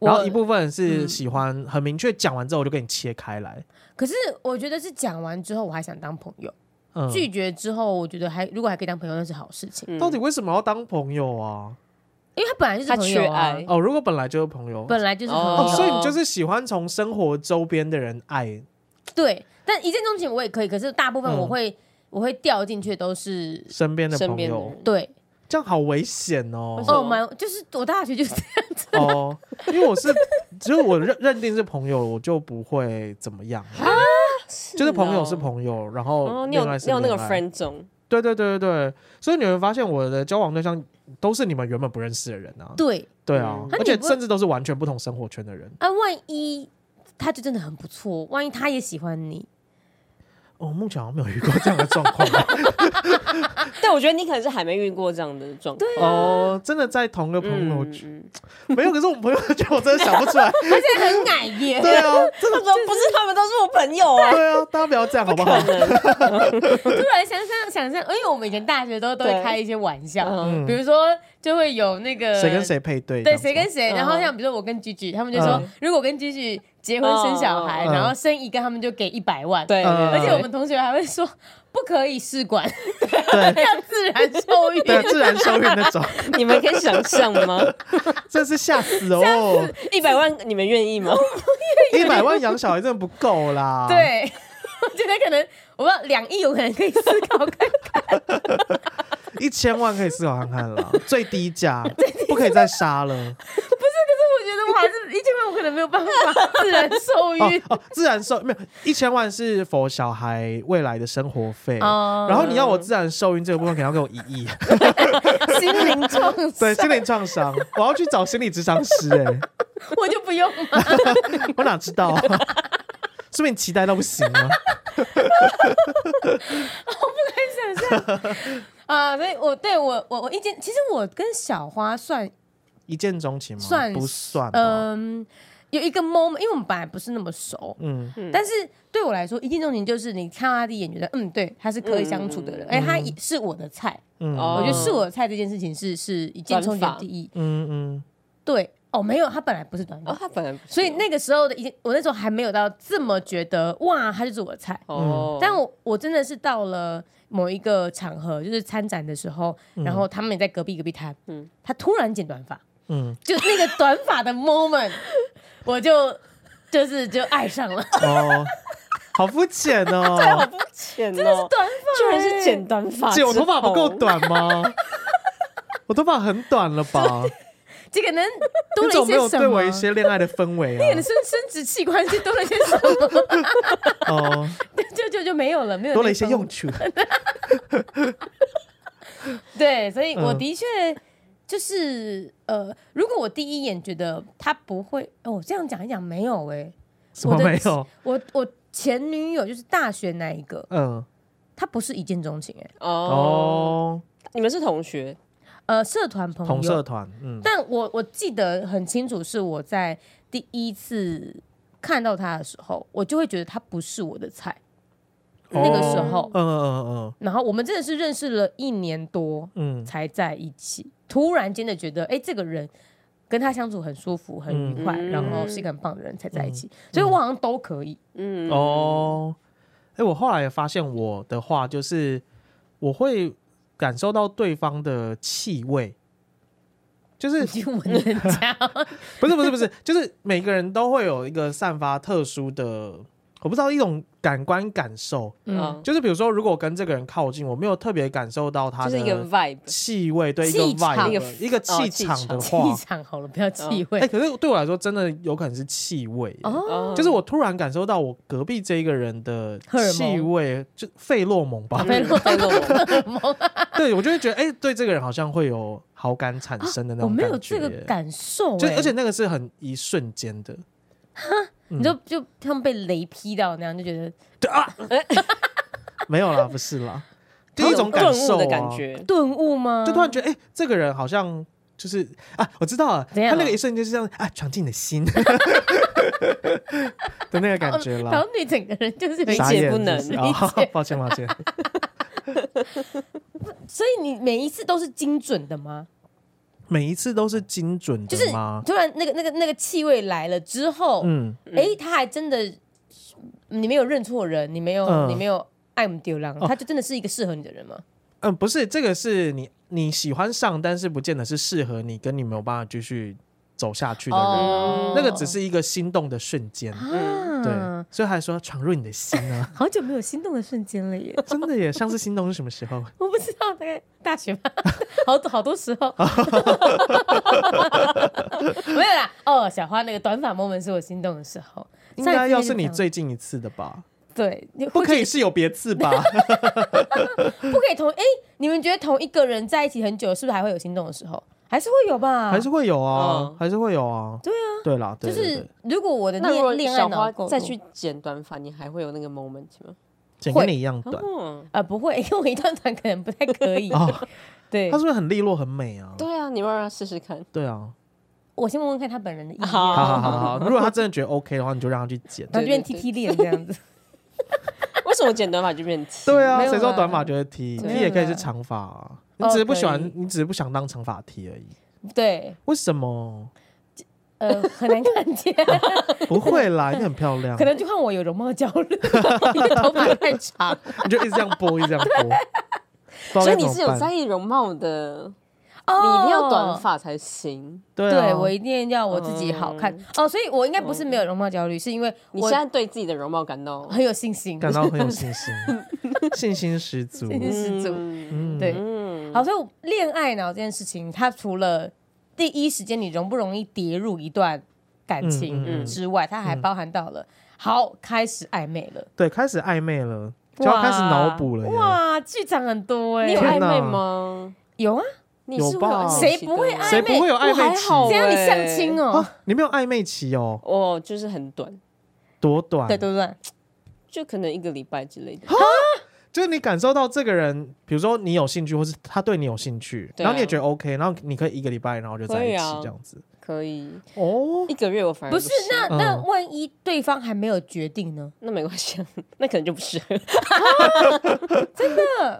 S1: 我
S3: 然后一部分人是喜欢很明确讲完之后我就跟你切开来，
S1: 可是我觉得是讲完之后我还想当朋友，
S3: 嗯，
S1: 拒绝之后我觉得还如果还可以当朋友那是好事情，
S2: 嗯
S3: 到底为什么要当朋友啊？
S1: 因为他本来就是
S2: 他
S1: 朋
S2: 缺
S1: 友啊
S2: 爱，
S3: 哦，如果本来就是朋友，
S1: 本来就是朋
S3: 哦，
S1: 友，
S3: 所以你就是喜欢从生活周边的人爱，
S1: 对。但一见钟情我也可以，可是大部分
S3: 嗯
S1: 我会、我会掉进去的都是
S3: 身边的
S2: 身
S3: 朋
S2: 边的
S3: 友，
S2: 人，
S1: 对
S3: 这样好危险哦
S2: 为。什么
S1: 哦，蛮就是我大学就是这 样
S3: 哦，因为我是只有我认认定是朋友，我就不会怎么样，就是朋友是
S2: 友。
S3: 朋友，然
S2: 哦，
S3: 后
S2: 你有
S3: 恋
S2: 你
S3: 爱是
S2: 有那个
S3: 恋爱
S2: friend 中，
S3: 对对对对对，所以你会发现我的交往对象都是你们原本不认识的人啊，
S1: 对。
S3: 对啊
S2: 嗯，
S1: 那
S3: 而
S1: 你
S3: 且
S1: 不
S3: 甚至都是完全不同生活圈的人。
S1: 啊，万一他就真的很不错，万一他也喜欢你，
S3: 我、哦目前好像没有遇过这样的状况
S2: 但我觉得你可能是还没遇过这样的状况。
S3: 哦，真的在同个朋
S2: 嗯，
S3: 友圈、
S2: 嗯
S3: 没有，可是我们朋友圈我真的想不出来。
S1: 他现在很矮耶，
S3: 对啊，
S2: 他说不是他们都是我朋友啊，
S3: 对啊，大家不要这样好不
S2: 可
S3: 好？
S2: 能
S1: 突然想想想象，因为我们以前大学都都会
S2: 对
S1: 开一些玩笑，
S2: 嗯
S3: 嗯
S1: 比如说就会有那个
S3: 谁跟。谁配对？
S1: 对，谁跟谁？
S2: 嗯
S1: 然后像比如说我跟菊菊，他们就说
S3: 嗯，
S1: 如果我跟菊菊结婚生小孩，
S3: 嗯
S1: 然后生一个，他们就给一百万。，
S2: 对，
S3: 嗯
S1: 而且我们
S2: 对
S1: 同学还会说，不不可以试管，
S3: 对
S1: 要自然 受孕。
S3: 对，啊自然受孕那种，
S2: 你们可以想象吗？
S3: 真是吓死哦！
S2: 一百万你们愿意吗？
S3: 一百万养小孩真的不够啦。，
S1: 对，我觉得可能我不知道两亿，有可能可以思考看。
S3: 一千万可以思考看看了，最低价，不可以再杀 了。
S1: 我觉得我还是一千万，我可能没有办法自然受
S3: 哦
S1: 孕。
S3: 哦，自然受没有一千万是否小孩未来的生活费，
S1: 哦
S3: 然后你要我自然受孕这个部分，可能要给我一亿，
S1: 心灵创
S3: 哦对，
S1: 伤，
S3: 心灵创伤，我要去找心理咨商师、哎，
S1: 我就不用了。
S3: 我哪知道、 啊？是不是你期待到不行啊？
S1: 啊、所以我对我我我意见，其实我跟小花
S3: 哦
S1: 算，
S3: 一见钟情吗？
S1: 算
S3: 不算、呃，
S1: 嗯、有一个 moment，因为我们本来不是那么熟，
S3: 嗯，
S1: 但是对我来说，一见钟情就是你看到他的一眼，觉得嗯，对，他是可以相处的
S3: 嗯
S1: 人，哎、他也是我的菜，
S2: 哦
S1: 我觉得是我的菜这件事情是是一见钟情
S2: 短
S1: 的
S2: 发
S1: 第一，
S3: 嗯嗯，
S1: 对，哦，没有，他本来不是短发。
S2: 哦，他本来不是
S1: 所以那个时候的一见，我那时候还没有到这么觉得哇，他就是我的菜。
S3: 嗯
S2: 哦，
S1: 但我我真的是到了某一个场合，就是参展的时候，然后他们也在隔壁隔壁摊，嗯
S2: 嗯，
S1: 他突然剪短发，
S3: 嗯
S1: 就那个短发 的 moment，我就就是就爱上了，
S3: 嗯，哦，好肤浅 哦。
S2: 不浅哦，
S1: 真的是 短发、欸
S2: 居然是剪
S1: 剪，
S2: 短发之
S3: 姐，
S2: 后，
S3: 我头发不够短吗？ 我头发很短了吧？
S1: 这可能 多
S3: 你
S1: 了
S3: 怎么
S1: 一
S3: 没有
S1: 些什
S3: 对
S1: 么
S3: 我？一些恋爱的氛围
S1: 你的
S3: 啊？
S1: 生生殖器官是多了一些什么？
S3: 哦，
S1: 就就就没有了，没有
S3: 多了
S1: 那
S3: 一些
S1: 方
S3: 用处。
S1: 对，所以我
S3: 嗯
S1: 的确就是、呃，如果我第一眼觉得他不会，哦，这样讲一讲没有哎、
S3: 什么
S1: 我的
S3: 没有？
S1: 我我前女友就是大学那一个，
S3: 嗯，
S1: 她不是一见钟情哎、
S2: 哦，
S3: 哦，
S2: 你们是同学，
S1: 呃，社团朋友，
S3: 同社团，嗯，
S1: 但我我记得很清楚，是我在第一次看到她的时候，我就会觉得她不是我的菜，那个时候
S3: 嗯，嗯
S1: 然后我们真的是认识了一年多，
S3: 嗯嗯
S1: 才在一起，突然间的觉得，哎、这个人跟他相处很舒服、很愉快，
S2: 嗯
S1: 然后是一个很棒的人，才在一起。所以我好像都可以，
S2: 嗯
S3: 嗯，，哦，哎，我后来也发现，我的话就是我会感受到对方的气味，就是
S1: 你闻人家
S3: 不是不是不是，就是每个人都会有一个散发特殊的，我不知道一种感官感受，
S1: 嗯
S2: 嗯，
S3: 就是比如说，如果我跟这个人靠近，我没有特别感受到他
S2: 就是一个
S3: 的
S2: vibe，
S3: 气味，对一个
S1: 气场
S3: vibe，
S2: 一个
S3: 一个气
S2: 哦气
S3: 场的
S2: 场
S3: 话
S1: 气，场好了，不要气
S3: 哎、
S1: 味、
S3: 可是对我来说，真的有可能是气味耶、
S1: 哦。
S2: 哦
S3: 就是我突然感受到我隔壁这一个人的
S1: 荷尔蒙
S3: 气味，就费洛蒙
S2: 哦
S3: 吧。
S1: 被落
S2: 被落
S1: 荷尔蒙
S3: 对我就会觉得，哎、对这个人好像会有好感产生的那
S1: 哦我
S3: 种
S1: 没有
S3: 感觉
S1: 这
S3: 耶、
S1: 个感受、
S3: 就
S1: 哎
S3: 而且那个是很一瞬间的，
S1: 你
S3: 嗯
S1: 就就他们被雷劈到那样，就觉得
S3: 没有啦，不是 啦，
S2: 好
S3: 就一
S2: 有
S3: 种感
S2: 顿悟
S3: 受、啊、
S2: 的感，觉，
S1: 顿悟吗？
S3: 就突然觉得，哎、这个人好像。就是啊，我知道了，
S1: 怎样
S3: 他那个一瞬间是这样啊，闯进你的心 的那个感觉啦。
S1: 然后你整个人就是有一
S2: 哦理
S3: 傻
S2: 解
S3: 眼
S2: 不
S3: 是
S2: 能
S3: 是
S1: 理
S3: 哦
S1: 解
S3: 抱歉抱歉，
S1: 所以你每一次都是精准的吗？
S3: 每一次都是精准
S1: 就是
S3: 的吗？
S1: 突然那个那个那个气味来了之后，
S3: 嗯，
S1: 哎、他还真的，你没有认错人，你没有，
S3: 嗯
S1: 你没有爱慕丢浪，
S3: 哦
S1: 他就真的是一个适合你的人吗？
S3: 嗯，不是，这个是你你喜欢上，但是不见得是适合你，跟你没有办法继续走下去的人。啊
S1: 哦
S3: 那个只是一个心动的瞬间，
S1: 啊，，
S3: 嗯对，所以还说闯入你的心啊
S1: 好久没有心动的瞬间了耶！
S3: 真的耶！上次心动是什么时候？
S1: 我不知道，大概大学 吧，好多好多时 候，没有啦。哦，小花那个短发 moment 是我心动的时候，
S3: 应该要是
S1: 上一次那个
S3: 你
S1: 长
S3: 最近一次的吧？
S1: 对，你
S3: 不可以
S1: 或者
S3: 是有别次 吧？
S1: 不可以同哎、你们觉得同一个人在一起很久，是不是还会有心动的时候？还是会有吧？
S3: 还是会有啊
S2: 嗯，
S3: 还是会有啊？对啊，对啦，
S1: 就
S3: 对对
S1: 是
S3: 对，
S1: 如果我的
S2: 那如果
S1: 恋恋爱
S2: 小
S1: 脑
S2: 花
S1: 够
S2: 再去剪短发，你还会有那个 moment 吗？
S3: 剪
S1: 会
S3: 跟你一样短。
S2: 哦，
S1: 啊、不会， 因为我一段短可能不太可以。
S3: 哦，
S1: 对
S3: 他，是不是很利落很美啊？
S2: 对啊，你要让他试试看。
S3: 对啊，
S1: 我先问问看他本人的意见，
S2: 好
S3: 好
S1: 然
S3: 好好好，如果他真的觉得 OK 的话，你就让他去剪。
S1: 后就变 T
S2: 对对
S1: T 脸这样子。
S2: 为什么剪短发就变 T？
S3: 对
S1: 没
S3: 啊，
S1: 有
S3: 谁说
S1: 啦
S3: 短发就是 T？
S1: 没
S3: T
S1: 有
S3: 也可以是
S1: 啦
S3: 长发啊，你
S1: 哦
S3: 只是不喜
S1: 可以
S3: 欢，你只是不想当长发 T 而已。
S1: 对，
S3: 为什么？
S1: 呃很难 看见，
S3: 不会啦，你很漂亮
S1: 可，能就看我有容貌焦虑，因为头发太长。
S3: 你就一直这样播，一直这样播。 不知道
S2: 所
S3: 该
S2: 以你
S3: 怎
S2: 是
S3: 么
S2: 有
S3: 办
S2: 在意容貌的，你
S1: 哦
S2: 一定要短，发才行。
S3: 对
S1: 对
S3: 啊，
S1: 我一定要我自己好看哦，所以我应该不是没有容貌焦虑，是因为
S2: 嗯你
S1: 我
S2: 现在对自己的容貌感到
S1: 很有信心，
S3: 感到很有信心，信心十足。
S1: 信心十足。
S3: 嗯，
S1: 对，
S2: 嗯，
S1: 好，所以我恋爱脑这件事情，它除了第一时间你容不容易跌入一段感情
S3: 嗯
S2: 嗯
S1: 之外，它还包含到了好开始暧昧了，
S3: 对，开始暧昧了，就要开始脑补了耶。
S1: 哇，剧场很多哎、
S2: 你有
S3: 天
S2: 暧
S3: 哪
S2: 昧吗？
S1: 有啊，
S2: 你是
S3: 有
S2: 会有
S3: 吧
S2: 暧昧
S1: 谁
S2: 期
S1: 不
S2: 的
S1: 会
S2: 吗
S1: 暧
S3: 谁不会有
S2: 我
S3: 暧昧
S2: 还
S3: 期？
S2: 好
S1: 这样你
S2: 对
S1: 相亲哦、
S3: 啊，你没有暧昧期哦，
S2: 我就是很短，
S3: 多短？
S1: 对对对，
S2: 就可能一个礼拜之类的。
S3: 就是你感受到这个人，比如说你有兴趣，或是他对你有兴趣，
S2: 对啊
S3: 然后你也觉得 OK，然后你可以一个礼拜，然后就在一
S2: 可以啊
S3: 起这样子。
S2: 可以
S3: 哦，
S2: 一个月，我反而
S1: 不是
S2: 是
S1: 那
S3: 嗯
S1: 那万一对方还没有决定呢？
S2: 那没关系啊，那可能就不是 真的。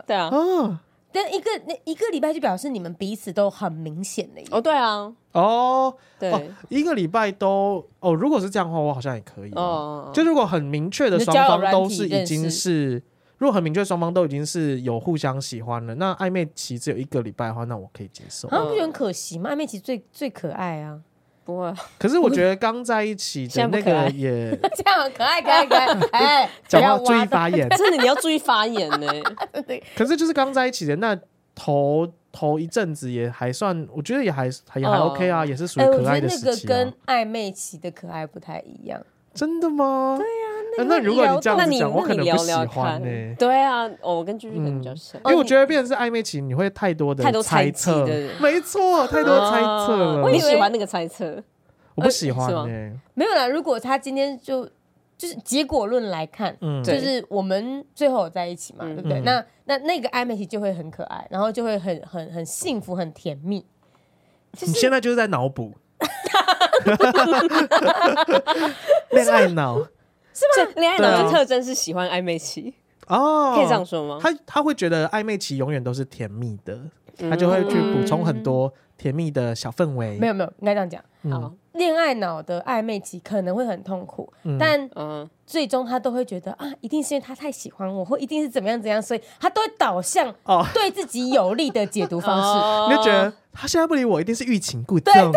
S2: 对啊，
S3: 啊，
S1: 但一个那一个礼拜就表示你们彼此都很明显的耶，
S2: 哦对啊，
S3: 哦，
S2: 对
S3: 哦，一个礼拜都哦，如果是这样的话，我好像也可以哦。
S2: 哦，
S3: 就如果很明确的
S1: 你的
S3: 双
S1: 交友
S3: 方
S1: 软
S3: 都
S1: 体
S3: 是已
S1: 认
S3: 经
S1: 识
S3: 是，如果很明确双方都已经是有互相喜欢了，那暧昧期只有一个礼拜的话，那我可以接受。
S1: 啊，不觉得很可惜吗？暧昧其实最最可爱啊，
S2: 不会啊，
S3: 可是我觉得刚在一起的
S2: 现
S3: 那
S2: 在 不可
S3: 个
S2: 爱
S3: 也
S1: 这样很可爱可爱可爱， 哎，
S3: 讲
S1: 不要
S3: 话注
S1: 挖
S3: 意
S1: 到
S3: 发言，
S2: 真的你要注意发言呢。
S1: 对
S3: 可是就是刚在一起的那头头一阵子也还算，我觉得也还还也还
S2: 嗯
S3: OK 啊，也是属于
S1: 哎，我
S3: 可
S1: 觉
S3: 爱
S1: 得
S3: 的
S1: 那
S3: 时
S1: 个
S3: 期、啊
S1: 跟暧昧期的可爱不太一样。
S3: 真的吗？对呀、
S1: 那个
S3: 那如果
S1: 聊
S3: 你这样
S2: 啊那
S3: 子
S2: 你
S3: 讲，我
S2: 那
S3: 可
S2: 你
S3: 能
S2: 聊
S3: 不喜
S2: 聊
S3: 欢
S2: 看
S3: 呢、。嗯
S2: 对啊，哦，我跟居居可能比较像，
S3: 因为我觉得变成是暧昧期，你会太多的
S2: 太多猜
S3: 猜
S2: 忌
S3: 测
S2: 对对，
S3: 没错，太多猜测了。
S2: 哦我
S1: 以
S2: 也
S1: 为
S2: 喜欢那个猜测，
S3: 我不喜欢欸
S2: 是吗
S3: 呢、
S1: 没有啦，如果他今天就就是结果论来看，
S3: 嗯，
S1: 就
S2: 对
S1: 是我们最后有在一起嘛，
S2: 嗯
S1: 对不对？
S3: 嗯
S1: 那那那个暧昧期就会很可爱，然后就会很很很幸福，很甜蜜。就
S3: 你
S1: 是
S3: 现在就是在脑 补，恋爱脑
S2: 是吗？恋爱
S3: 对啊
S2: 脑的特征是喜欢暧昧期，
S3: 哦，
S2: 可以这样说吗？
S3: 他他会觉得暧昧期永远都是甜蜜的，他就会去补充很多甜蜜的小氛围。
S1: 没有没有，应该这样讲，
S2: 好，
S1: 恋爱脑的暧昧期可能会很痛苦，
S3: 嗯
S1: 但
S2: 嗯，
S1: 最终他都会觉得啊，一定是因为他太喜欢我，或一定是怎么样怎样，所以他都会导向
S3: 哦
S1: 对自己有利的解读方式。
S2: 哦
S3: 你就觉得他现在不理我，一定是欲擒故纵。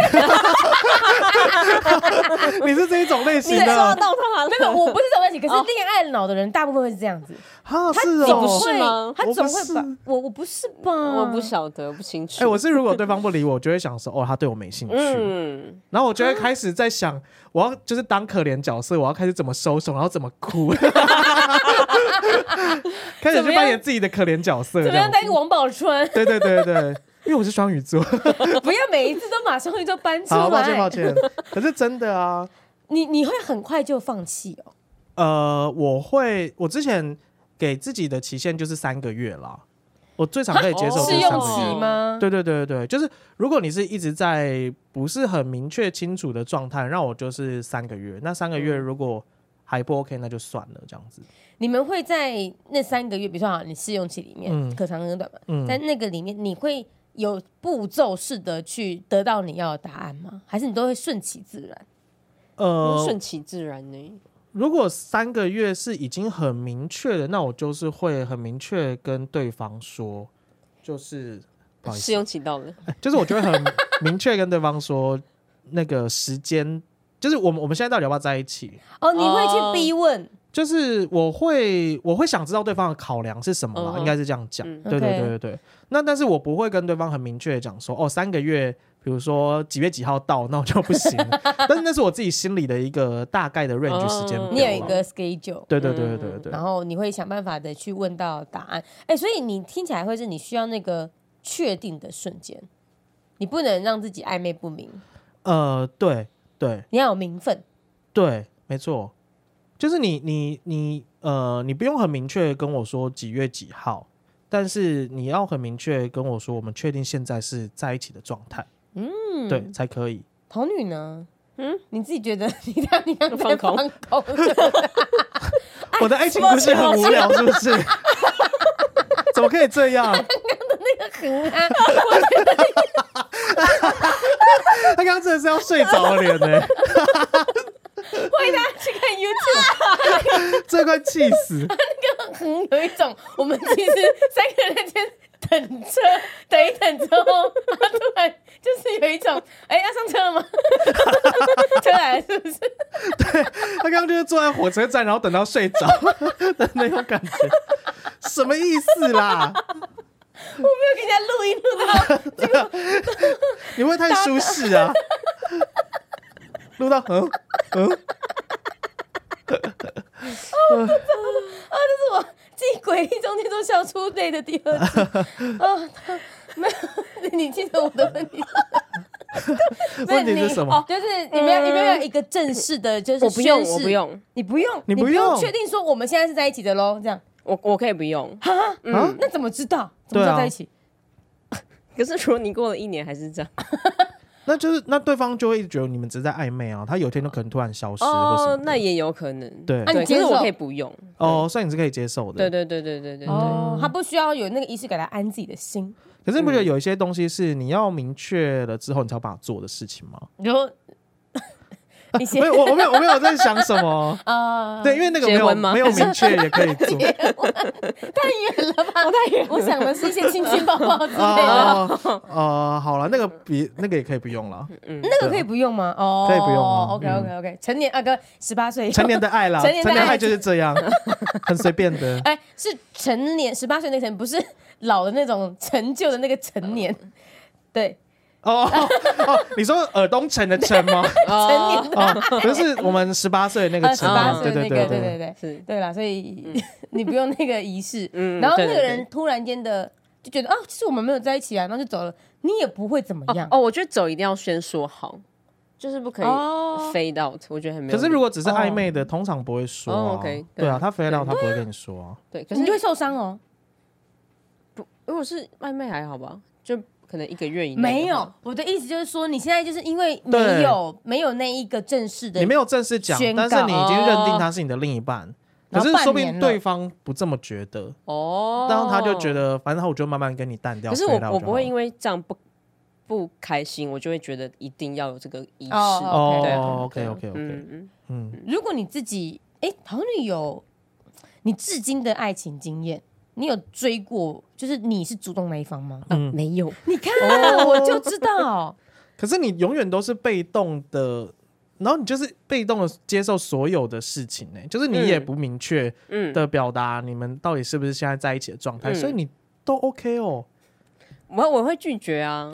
S3: 你是这一种类型
S2: 你抓
S3: 的， 啊
S2: 到他 了
S1: 没，有，我不是这种类型，可是
S2: 哦
S1: 恋爱脑的人大部分会是这样子。
S3: 哈是
S1: 他
S2: 不
S1: 总
S3: 哦
S2: 是。
S1: 会
S2: 吗
S1: 他
S3: 我
S1: 总
S3: 不
S1: 会
S3: 是
S1: 把我我不是吧？
S2: 我不晓得，不清楚。
S3: 哎，我是如果对方不理我，我就会想说，哦，他对我没兴趣，
S2: 嗯，
S3: 然后我就会开始在想，我要就是当可怜角色，我要开始怎么收手，然后怎么哭，开始去扮演自己的可怜角色，
S1: 怎
S3: 这
S1: 么样
S3: 样。
S1: 当一个王宝钏？
S3: 对对对对，因为我是双鱼座，
S1: 不要每一次都马上就搬出
S3: 好，抱歉抱
S1: 来。
S3: 歉，可是真的啊，
S1: 你你会很快就放弃哦。
S3: 呃，我会，我之前给自己的期限就是三个月啦，我最长可以接受就
S2: 哦
S3: 是
S1: 试
S3: 三
S1: 用
S3: 个
S1: 期
S3: 月。
S1: 吗？
S3: 对对对对对，就是如果你是一直在不是很明确清楚的状态，那我就是三个月。那三个月如果还不 OK，那就算了，这样子。
S1: 你们会在那三个月，比如说好，你试用期里面，
S3: 嗯
S1: 可长可短嘛，
S3: 嗯
S1: 在那个里面，你会有步骤式的去得到你要的答案吗？还是你都会顺其自然？
S3: 呃，
S2: 顺其自然呢。
S3: 如果三个月是已经很明确的，那我就是会很明确跟对方说，就是不好意
S2: 试
S3: 思，
S2: 用期到了，
S3: 哎就是我就会很明确跟对方说那个时间，就是我们我们现在到底要不要在一起？
S1: 哦，你会
S2: 哦
S1: 去逼问，
S3: 就是我会我会想知道对方的考量是什么啦
S2: 嗯哼
S3: 应该是这样讲。
S2: 嗯
S3: 对对
S1: OK
S3: 对对对。那但是我不会跟对方很明确的讲说，哦，三个月，比如说几月几号到，那我就不行了。但是那是我自己心里的一个大概的 range
S2: 哦
S3: 时间表啦。
S1: 你有一个嗯 schedule，
S3: 对对对对对对
S1: 然。后你会想办法的去问到答案。哎，所以你听起来会是你需要那个确定的瞬间，你不能让自己暧昧不明，
S3: 呃，对对
S1: 你要有名分。
S3: 对，没错，就是你你你呃，你不用很明确地跟我说几月几号，但是你要很明确地跟我说，我们确定现在是在一起的状态，
S1: 嗯，
S3: 对，才可以。
S1: 桃女呢？嗯，你自己觉得 你看你看
S2: 放空
S1: 放空，
S3: 我的爱情故事很无聊，是不是？ 怎么可以这样？
S1: 很啊，
S3: 他刚刚真的是要睡着了脸呢、
S2: 会大家去看 YouTube，
S3: 这快气死！
S1: 很有一种我们其实三个人在那边等车，等一等之后，他突然就是有一种，哎、要上车了吗？ 车来了是不是？
S3: 他刚刚就是坐在火车站，然后等到睡着 的那种感觉，什么意思啦？
S1: 我没有给人家录音录到，
S3: 你会不会太舒适 啊？录到嗯嗯，
S1: 这是我自己诡异中间都笑出泪的第二次。啊，他没有，你记得我的问题？不
S3: 问题是
S1: 你
S3: 什
S1: 哦
S3: 么？
S1: 就是你们要、你们要有一个正式的，就是
S2: 嗯我不用，
S1: 宣誓
S2: 我不，用，
S1: 你不用，
S3: 你不
S1: 不用
S3: 用
S1: 确定说我们现在是在一起的喽，这样。
S2: 我我可以不用。
S1: 哈，
S3: 啊
S2: 嗯，
S1: 那怎么知道？怎
S3: 对啊
S1: 么知道在一起？
S2: 可是如果你过了一年还是 这样，
S3: 那就是那对方就会一直觉得你们只是在暧昧啊，他有一天就可能突然消失或什么
S2: 哦，
S3: 的。
S2: 那也有可能。
S3: 对
S1: 啊你
S2: 对，可
S1: 接
S2: 是
S1: 受
S2: 我可以不用。
S3: 哦，所以你是可以接受的。
S2: 对对对对对对对。
S1: 哦，
S3: 嗯
S1: 他不需要有那个仪式感来安自己的心。
S3: 可是你不觉
S2: 嗯
S3: 得有一些东西是你要明确了之后你才有办法做的事情 吗？
S2: 嗯
S1: 你 说一些。
S3: 没有，我我没有我没有在想什 么
S1: 啊，
S3: 对，因为那个没
S2: 结
S3: 有
S2: 婚吗
S3: 没有明确也可以 做
S1: 我太远，我想的是一些亲亲抱抱之类的，
S3: 哦哦，好了，那个比那个也可以不用 了，
S1: 那个可以不用吗？
S3: 啊
S1: 哦，
S3: 可以不用啊
S1: OK OK OK，成年啊，哥十八岁以后
S3: 成年。的爱啦，
S1: 成
S3: 成年
S1: 年的爱
S3: 的爱就是这样，很随便的。
S1: 哎，是成年十八岁那层，不是老的那种陈旧的那个成年，
S3: 嗯
S1: 对，
S3: 哦哦，你说耳东城的城吗？
S1: 成年的
S3: 哦， 不是我们十八岁那个
S1: 呃十
S3: 城
S1: 八
S3: 啊，
S1: 岁
S3: 对
S1: 那
S3: 对
S1: 个，对
S3: 对
S1: 对。对，
S2: 是
S1: 对啦，所以 你不用那个仪式，
S2: 嗯
S1: 然后那
S2: 对
S1: 个
S2: 对对
S1: 人突然间的就觉得啊，其实我们没有在一起啊，然后就走了，你也不会怎么样
S2: 哦，我觉得走一定要先说好，就是不可以
S1: 哦
S2: fade out。我觉得很没有
S3: 可
S2: 礼。
S3: 是如果只是暧昧的，通常不会说
S2: 哦
S3: 啊。
S2: ，OK，
S3: 对啊，
S2: 对
S3: 他飞到他不会跟你说啊。
S2: 对，可是
S1: 你就会受伤哦。
S2: 如果是暧昧还好吧，就可能一个月以内的话
S1: 没有，我的意思就是说，你现在就是因为
S3: 对
S1: 没有没有那一个正式的
S3: 你没有正式讲
S1: 宣，告
S3: 但是你已经认定他是你的另一半。可
S1: 然后
S3: 是说不
S1: 半年
S3: 定
S1: 了
S3: 对方不这么觉得，
S2: 哦，
S3: 然后他就觉。得，反正我就慢慢跟你淡掉。
S2: 可是我
S3: fade out 就
S2: 我不
S3: 好
S2: 会因为这样不不开心，我就会觉得一定要有这个仪式。
S1: 哦对啊
S3: 哦，OK OK
S2: 嗯
S3: OK，
S2: 嗯，
S3: 嗯，
S1: 如果你自己，哎、好像你有你至今的爱情经验，你有追过，就是你是主动那一方吗？哦
S3: 嗯
S2: 啊没有，
S1: 你看，我就知道，
S3: 可是你永远都是被动的，然后你就是被动的接受所有的事情呢、欸就是你也不明确
S2: 嗯，
S3: 的表达你们到底是不是现在在一起的状态，
S2: 嗯
S3: 所以你都 OK 哦。
S2: 我我会拒绝啊，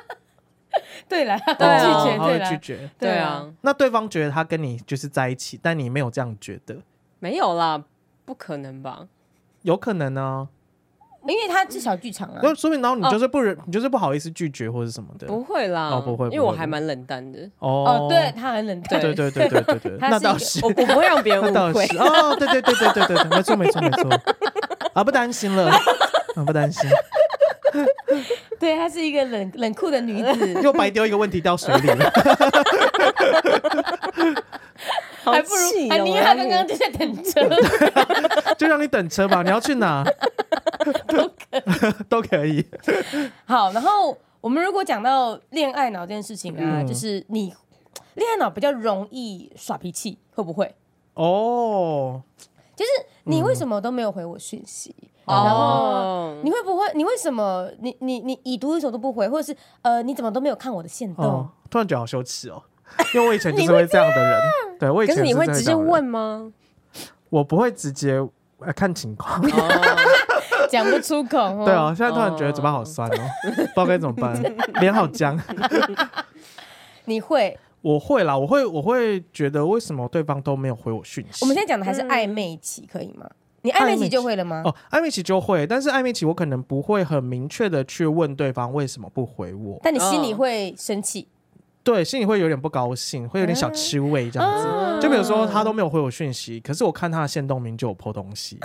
S1: 对了，拒
S2: 啊
S1: 绝，
S3: 他
S1: 对
S3: 会
S1: 了，
S3: 拒绝。
S2: 对
S1: 对
S2: 啊
S1: 啊，
S3: 那对方觉得他跟你就是在一起，但你没有这样觉得，
S2: 没有啦，不可能吧？
S3: 有可能呢、
S1: 因为他是小剧场啊
S3: 那、，说明然后你就是不忍，你就是不好意思拒绝或者什么的。
S2: 嗯哦不会啦，
S3: 哦不会
S2: 因为
S3: 不会
S2: 我还蛮冷淡的，
S3: 哦
S1: 哦，对，他很冷淡，
S3: 对对对对对对，那
S1: 他是一个
S3: 倒是
S2: 我，我不会让别人
S3: 那倒
S2: 误会。
S3: 是哦，对对对对对对，对没错没错没错，啊不担心了，啊不担心，
S1: 对，她是一个冷冷酷的女 子，
S3: 又白丢一个问题到水里了。
S2: 好
S1: 还不
S2: 气
S1: 如
S2: 哦
S1: 还宁愿她刚刚就在等车，
S3: 就让你等车吧，你要去哪？ 都可以，
S1: 好，然后我们如果讲到恋爱脑这件事情啊，
S3: 嗯
S1: 就是你恋爱脑比较容易耍脾气，会不会？
S3: 哦，
S1: 就是
S3: 嗯
S1: 你为什么都没有回我讯息？然后
S2: 哦，
S1: 你会不会？你为什么？你你你已读一首都不回，或者是呃，你怎么都没有看我的线动？
S3: 哦，突然觉得好羞耻哦，因为我以前就是会这样的人，对我以
S2: 可
S3: 前
S2: 是你会
S3: 这
S2: 直接
S3: 样的人，
S2: 问吗？
S3: 我不会直接。呃看情况，
S1: 讲不出口。哦
S3: 对啊，现在突然觉得嘴巴好酸哦，不知道该怎么办，脸好僵。
S1: 你会。
S3: 我会啦，我会，我会觉得为什么对方都没有回我讯息？
S1: 我们现在讲的还是暧昧期，可以吗？你暧
S3: 暧
S1: 昧
S3: 昧
S1: 期
S3: 期
S1: 就会了吗？
S3: 哦，暧昧期就会，但是暧昧期我可能不会很明确的去问对方为什么不回我，
S1: 但你心里会生气。
S3: 对，心里会有点不高兴，会有点
S1: 嗯
S3: 小吃味这样子。
S1: 啊
S3: 就比如说他都没有回我讯息，可是我看他的线动名就有 po 东西，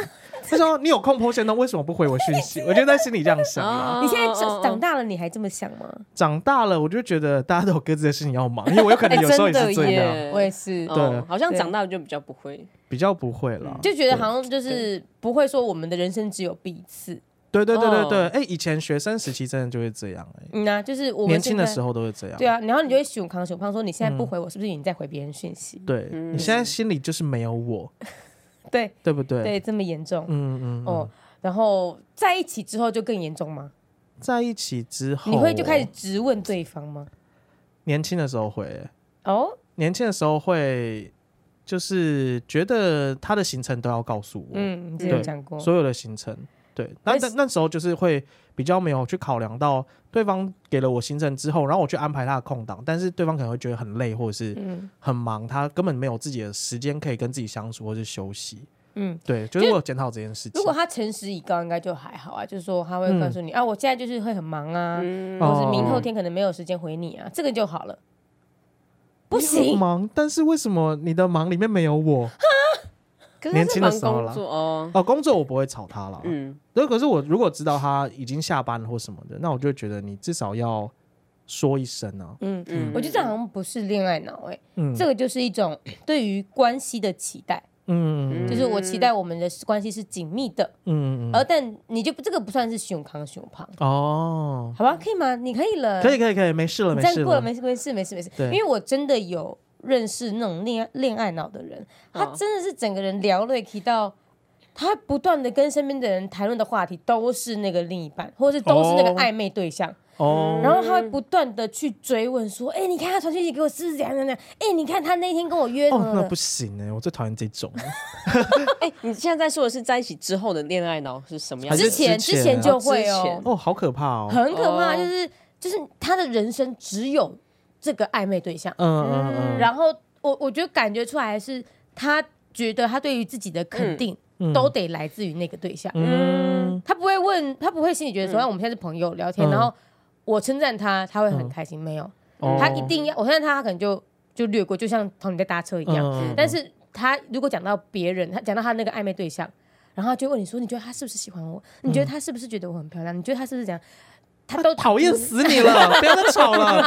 S3: 他说你有空 po 线动，为什么不回我讯息？我就在心里这样想啊。
S1: 你现在长长
S2: 大
S1: 大了，你还这么想吗？
S3: 长大了，我就觉得大家都有各自的事情要忙，因为我有可
S2: 哎
S1: 哎
S3: 能有时候也是这样，
S1: 我也是，
S3: 对
S2: 哦
S3: 哦
S2: 好像
S1: 对
S2: 长大就比较不会。
S3: 比较不会啦。
S1: 就觉得
S3: 对
S1: 好像就是不会说我们的人生只有彼此，
S3: 对对对对
S2: 哦
S3: 对，哎、以前学生时期真的就会这样、哎，
S1: 嗯啊，就是我们
S3: 年轻的时
S1: 候，
S3: 候都会这样。
S1: 对啊，然后你就会熊康熊康说，你现在不
S3: 嗯
S1: 回我，是不是你在回别人讯息？
S3: 对
S2: 嗯
S3: 你现在心里就是没有我，
S1: 对
S3: 对不对？
S1: 对，这么严重
S3: 嗯，嗯嗯。
S1: 哦。然后在一起之后就更严重吗？
S3: 在一起之后，
S1: 你会就开始质问对方吗？
S3: 年轻的时候会、哎
S1: 哦，
S3: 年轻的时候会，就是觉得他的行程都要告诉我，
S1: 嗯，你之前有
S3: 对
S1: 讲过，
S3: 所有的行程。对，那
S1: 但
S3: 那
S1: 是
S3: 那时候就是会比较没有去考量到对方给了我行程之后，然后我去安排他的空档，但是对方可能会觉得很累或者是
S1: 嗯
S3: 很忙，他根本没有自己的时间可以跟自己相处或是休息。
S1: 嗯。
S3: 对，就是我有检讨这件事情
S1: 如。果他诚实以告，应该就还好啊。就是说他会告诉你、
S3: 嗯
S1: 啊，我现在就是会很忙啊，
S2: 嗯
S1: 或是明
S3: 哦
S1: 后天可能没有时间回你啊，这个就好了。不
S3: 你很
S1: 行，
S3: 忙，但是为什么你的忙里面没有我？
S2: 可
S3: 年轻的
S2: 忙
S3: 时候
S2: 工
S3: 啦
S2: 作哦，
S3: 哦，工作我不会吵他了。嗯，
S2: 嗯，
S3: 那可是我如果知道他已经下班了或什么的，那我就会觉得你至少要说一声啊。
S1: 嗯，
S2: 嗯
S1: 我觉得这好像不是恋爱脑、欸，
S3: 嗯，
S1: 这个就是一种 对于关系的期待，
S3: 嗯嗯
S1: 就是我期待我们的关系是紧密的，
S3: 嗯嗯
S1: 而但你就这个不算是熊康熊胖，
S3: 哦，
S1: 好吧，可以吗？你可以了，
S3: 可以可以可以，没事了
S1: 你
S3: 没
S1: 这
S3: 事
S1: 样过了，
S3: 了
S1: 没事没事没事没事。
S3: 对
S1: 因为我真的有认识那种恋爱恋爱脑的人，他
S2: 哦
S1: 真的是整个人聊累，提到他不断的跟身边的人谈论的话题都是那个另一半，或者是都是那个
S3: 哦
S1: 暧昧对象，
S3: 哦。
S1: 然后他
S2: 嗯
S1: 会不断的去追问说：“哎、你看他传讯息给我是不是怎样怎样？怎样哎、你看他那天跟我约什
S3: 哦，
S1: 么
S3: 那
S1: 的。
S3: 不行哎、我最讨厌这种了。
S2: 哎，你现在在说的是在一起之后的恋爱脑是什么样
S3: 还
S2: 子？
S1: 之
S3: 是
S1: 前
S3: 之
S1: 之
S3: 前啊
S1: 前就会
S2: 之
S1: 哦
S2: 前，
S3: 哦，好可怕哦。
S1: 很可怕，
S2: 哦
S1: 就是就是他的人生只有这个暧昧对象。
S3: 嗯嗯嗯
S1: 然后我我觉得感觉出来是他觉得他对于自己的肯定
S3: 嗯，
S1: 都得来自于那个对象，
S3: 嗯
S1: 他不会问，他不会心里觉得说，哎、我们现在是朋友聊天，
S3: 嗯
S1: 然后我称赞他，他会很开心，没有，
S3: 哦
S1: 他一定要我称赞他，他可能就就略过，就像同你在搭车一样。
S3: 嗯
S1: 但是他如果讲到别人，他讲到他那个暧昧对象，然后他就问你说，你觉得他是不是喜欢我？你觉得他是不是觉得我很漂亮？你觉得他是不是怎样？他都
S3: 讨厌死你 了，不要再吵了，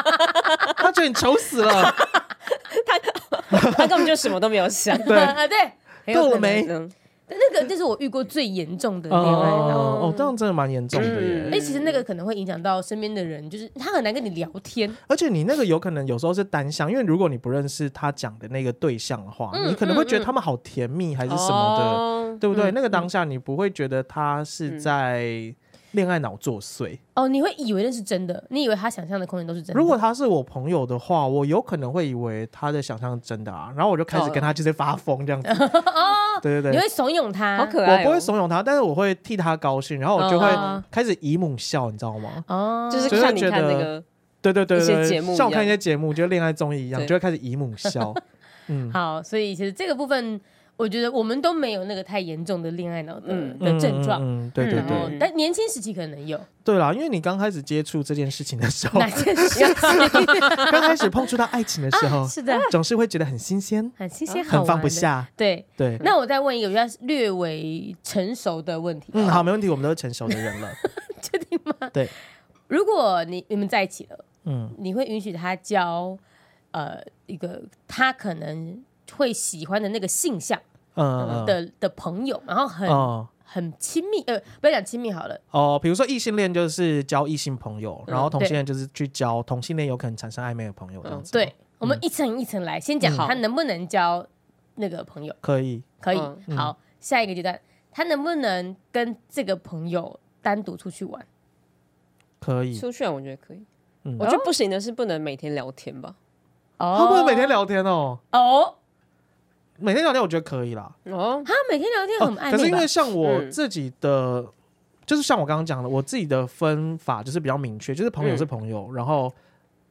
S3: 他觉得你丑死了，。
S2: 他根本就什么都没有想
S3: 对，
S1: 啊， 对，很有
S3: 够了
S1: 可能
S3: 没？
S2: 嗯，
S1: 但那个就是我遇过最严重的
S3: 哦
S1: 恋爱脑。
S3: 哦，这样真的蛮严重的耶。
S2: 嗯
S1: 哎、其实那个可能会影响到身边的人，就是他很难跟你聊天。
S3: 而且你那个有可能有时候是单向，因为如果你不认识他讲的那个对象的话，你可能会觉得他们好甜蜜还是什么的，
S2: 嗯哦
S3: 对不对？那个当下你不会觉得他是在恋爱脑作
S2: 嗯
S3: 祟。
S1: 哦，你会以为那是真的，你以为他想象的空间都是真的。
S3: 如果他是我朋友的话，我有可能会以为他的想象是真的啊，然后我就开始跟他就是发疯这样 子。
S2: 哦
S3: 对对
S1: 你
S3: 对。
S1: 会怂恿他，
S2: 好可
S3: 我
S2: 爱哦。
S3: 不会怂恿他，但是我会替他高兴，然后我就
S2: 嗯
S1: 哦
S3: 会开始姨母笑，你知道吗？
S1: 哦，
S2: 就是
S3: 就是
S2: 看你
S3: 觉
S2: 看那
S3: 得
S2: 个，
S3: 对对对
S2: 一些
S3: 对，
S2: 节目
S3: 像我
S2: 一
S3: 看一
S2: 样
S3: 些节目，就恋爱综艺一样，
S2: 对
S3: 就会开始姨母 笑。嗯，
S1: 好。所以其实这个部分，我觉得我们都没有那个太严重的恋爱脑的、
S2: 嗯
S1: 的症状。
S3: 嗯，嗯嗯对对
S1: 然后
S2: 哦
S3: 对，
S1: 但年轻时期可能有
S3: 对啦，因为你刚开始接触这件事情的时候
S1: 哪，件事情
S3: 刚开始碰触到爱情的时候，
S1: 是的，
S3: 总是会觉得很新鲜，
S1: 很新鲜，啊好
S3: 嗯很
S1: 玩
S3: 放不
S1: 的。嗯
S3: 下。嗯
S1: 对，
S3: 对，
S1: 那我再问一个比较略微成熟的问题。
S3: 嗯，好，没问题，我们都是成熟的人了。
S1: 确定吗？
S3: 对，
S1: 如果你你们在一起了，
S3: 嗯，
S1: 你会允许他交呃一个他可能会喜欢的那个性向
S3: 嗯嗯
S1: 的、的朋友，然后很、
S3: 哦
S1: 很亲密，呃，不要讲亲密好了，
S3: 哦，比如说异性恋就是交异性朋友，然后同
S1: 对
S3: 性恋就是去交同性恋有可能产生暧昧的朋友这样子。
S1: 嗯对，，我们一层一层来，先
S3: 嗯
S1: 讲
S2: 好
S1: 他能不能交那个朋友，
S3: 可以。
S1: 可以，
S2: 嗯
S1: 好，下一个阶段，他能不能跟这个朋友单独出去玩？
S3: 可以，
S2: 出去玩我觉得可以
S3: 嗯。
S2: 我觉得不行的是不能每天聊天吧。
S1: 哦
S3: 他不能每天聊天哦，
S1: 哦，
S3: 每天聊天我觉得可以啦。
S2: 哦，
S1: 他每天聊天
S3: 哦
S1: 很暧昧吧、
S3: 可是因为像我
S2: 嗯
S3: 自己的，就是像我刚刚讲的，我自己的分法就是比较明确，就是
S2: 嗯
S3: 朋友是朋友，然后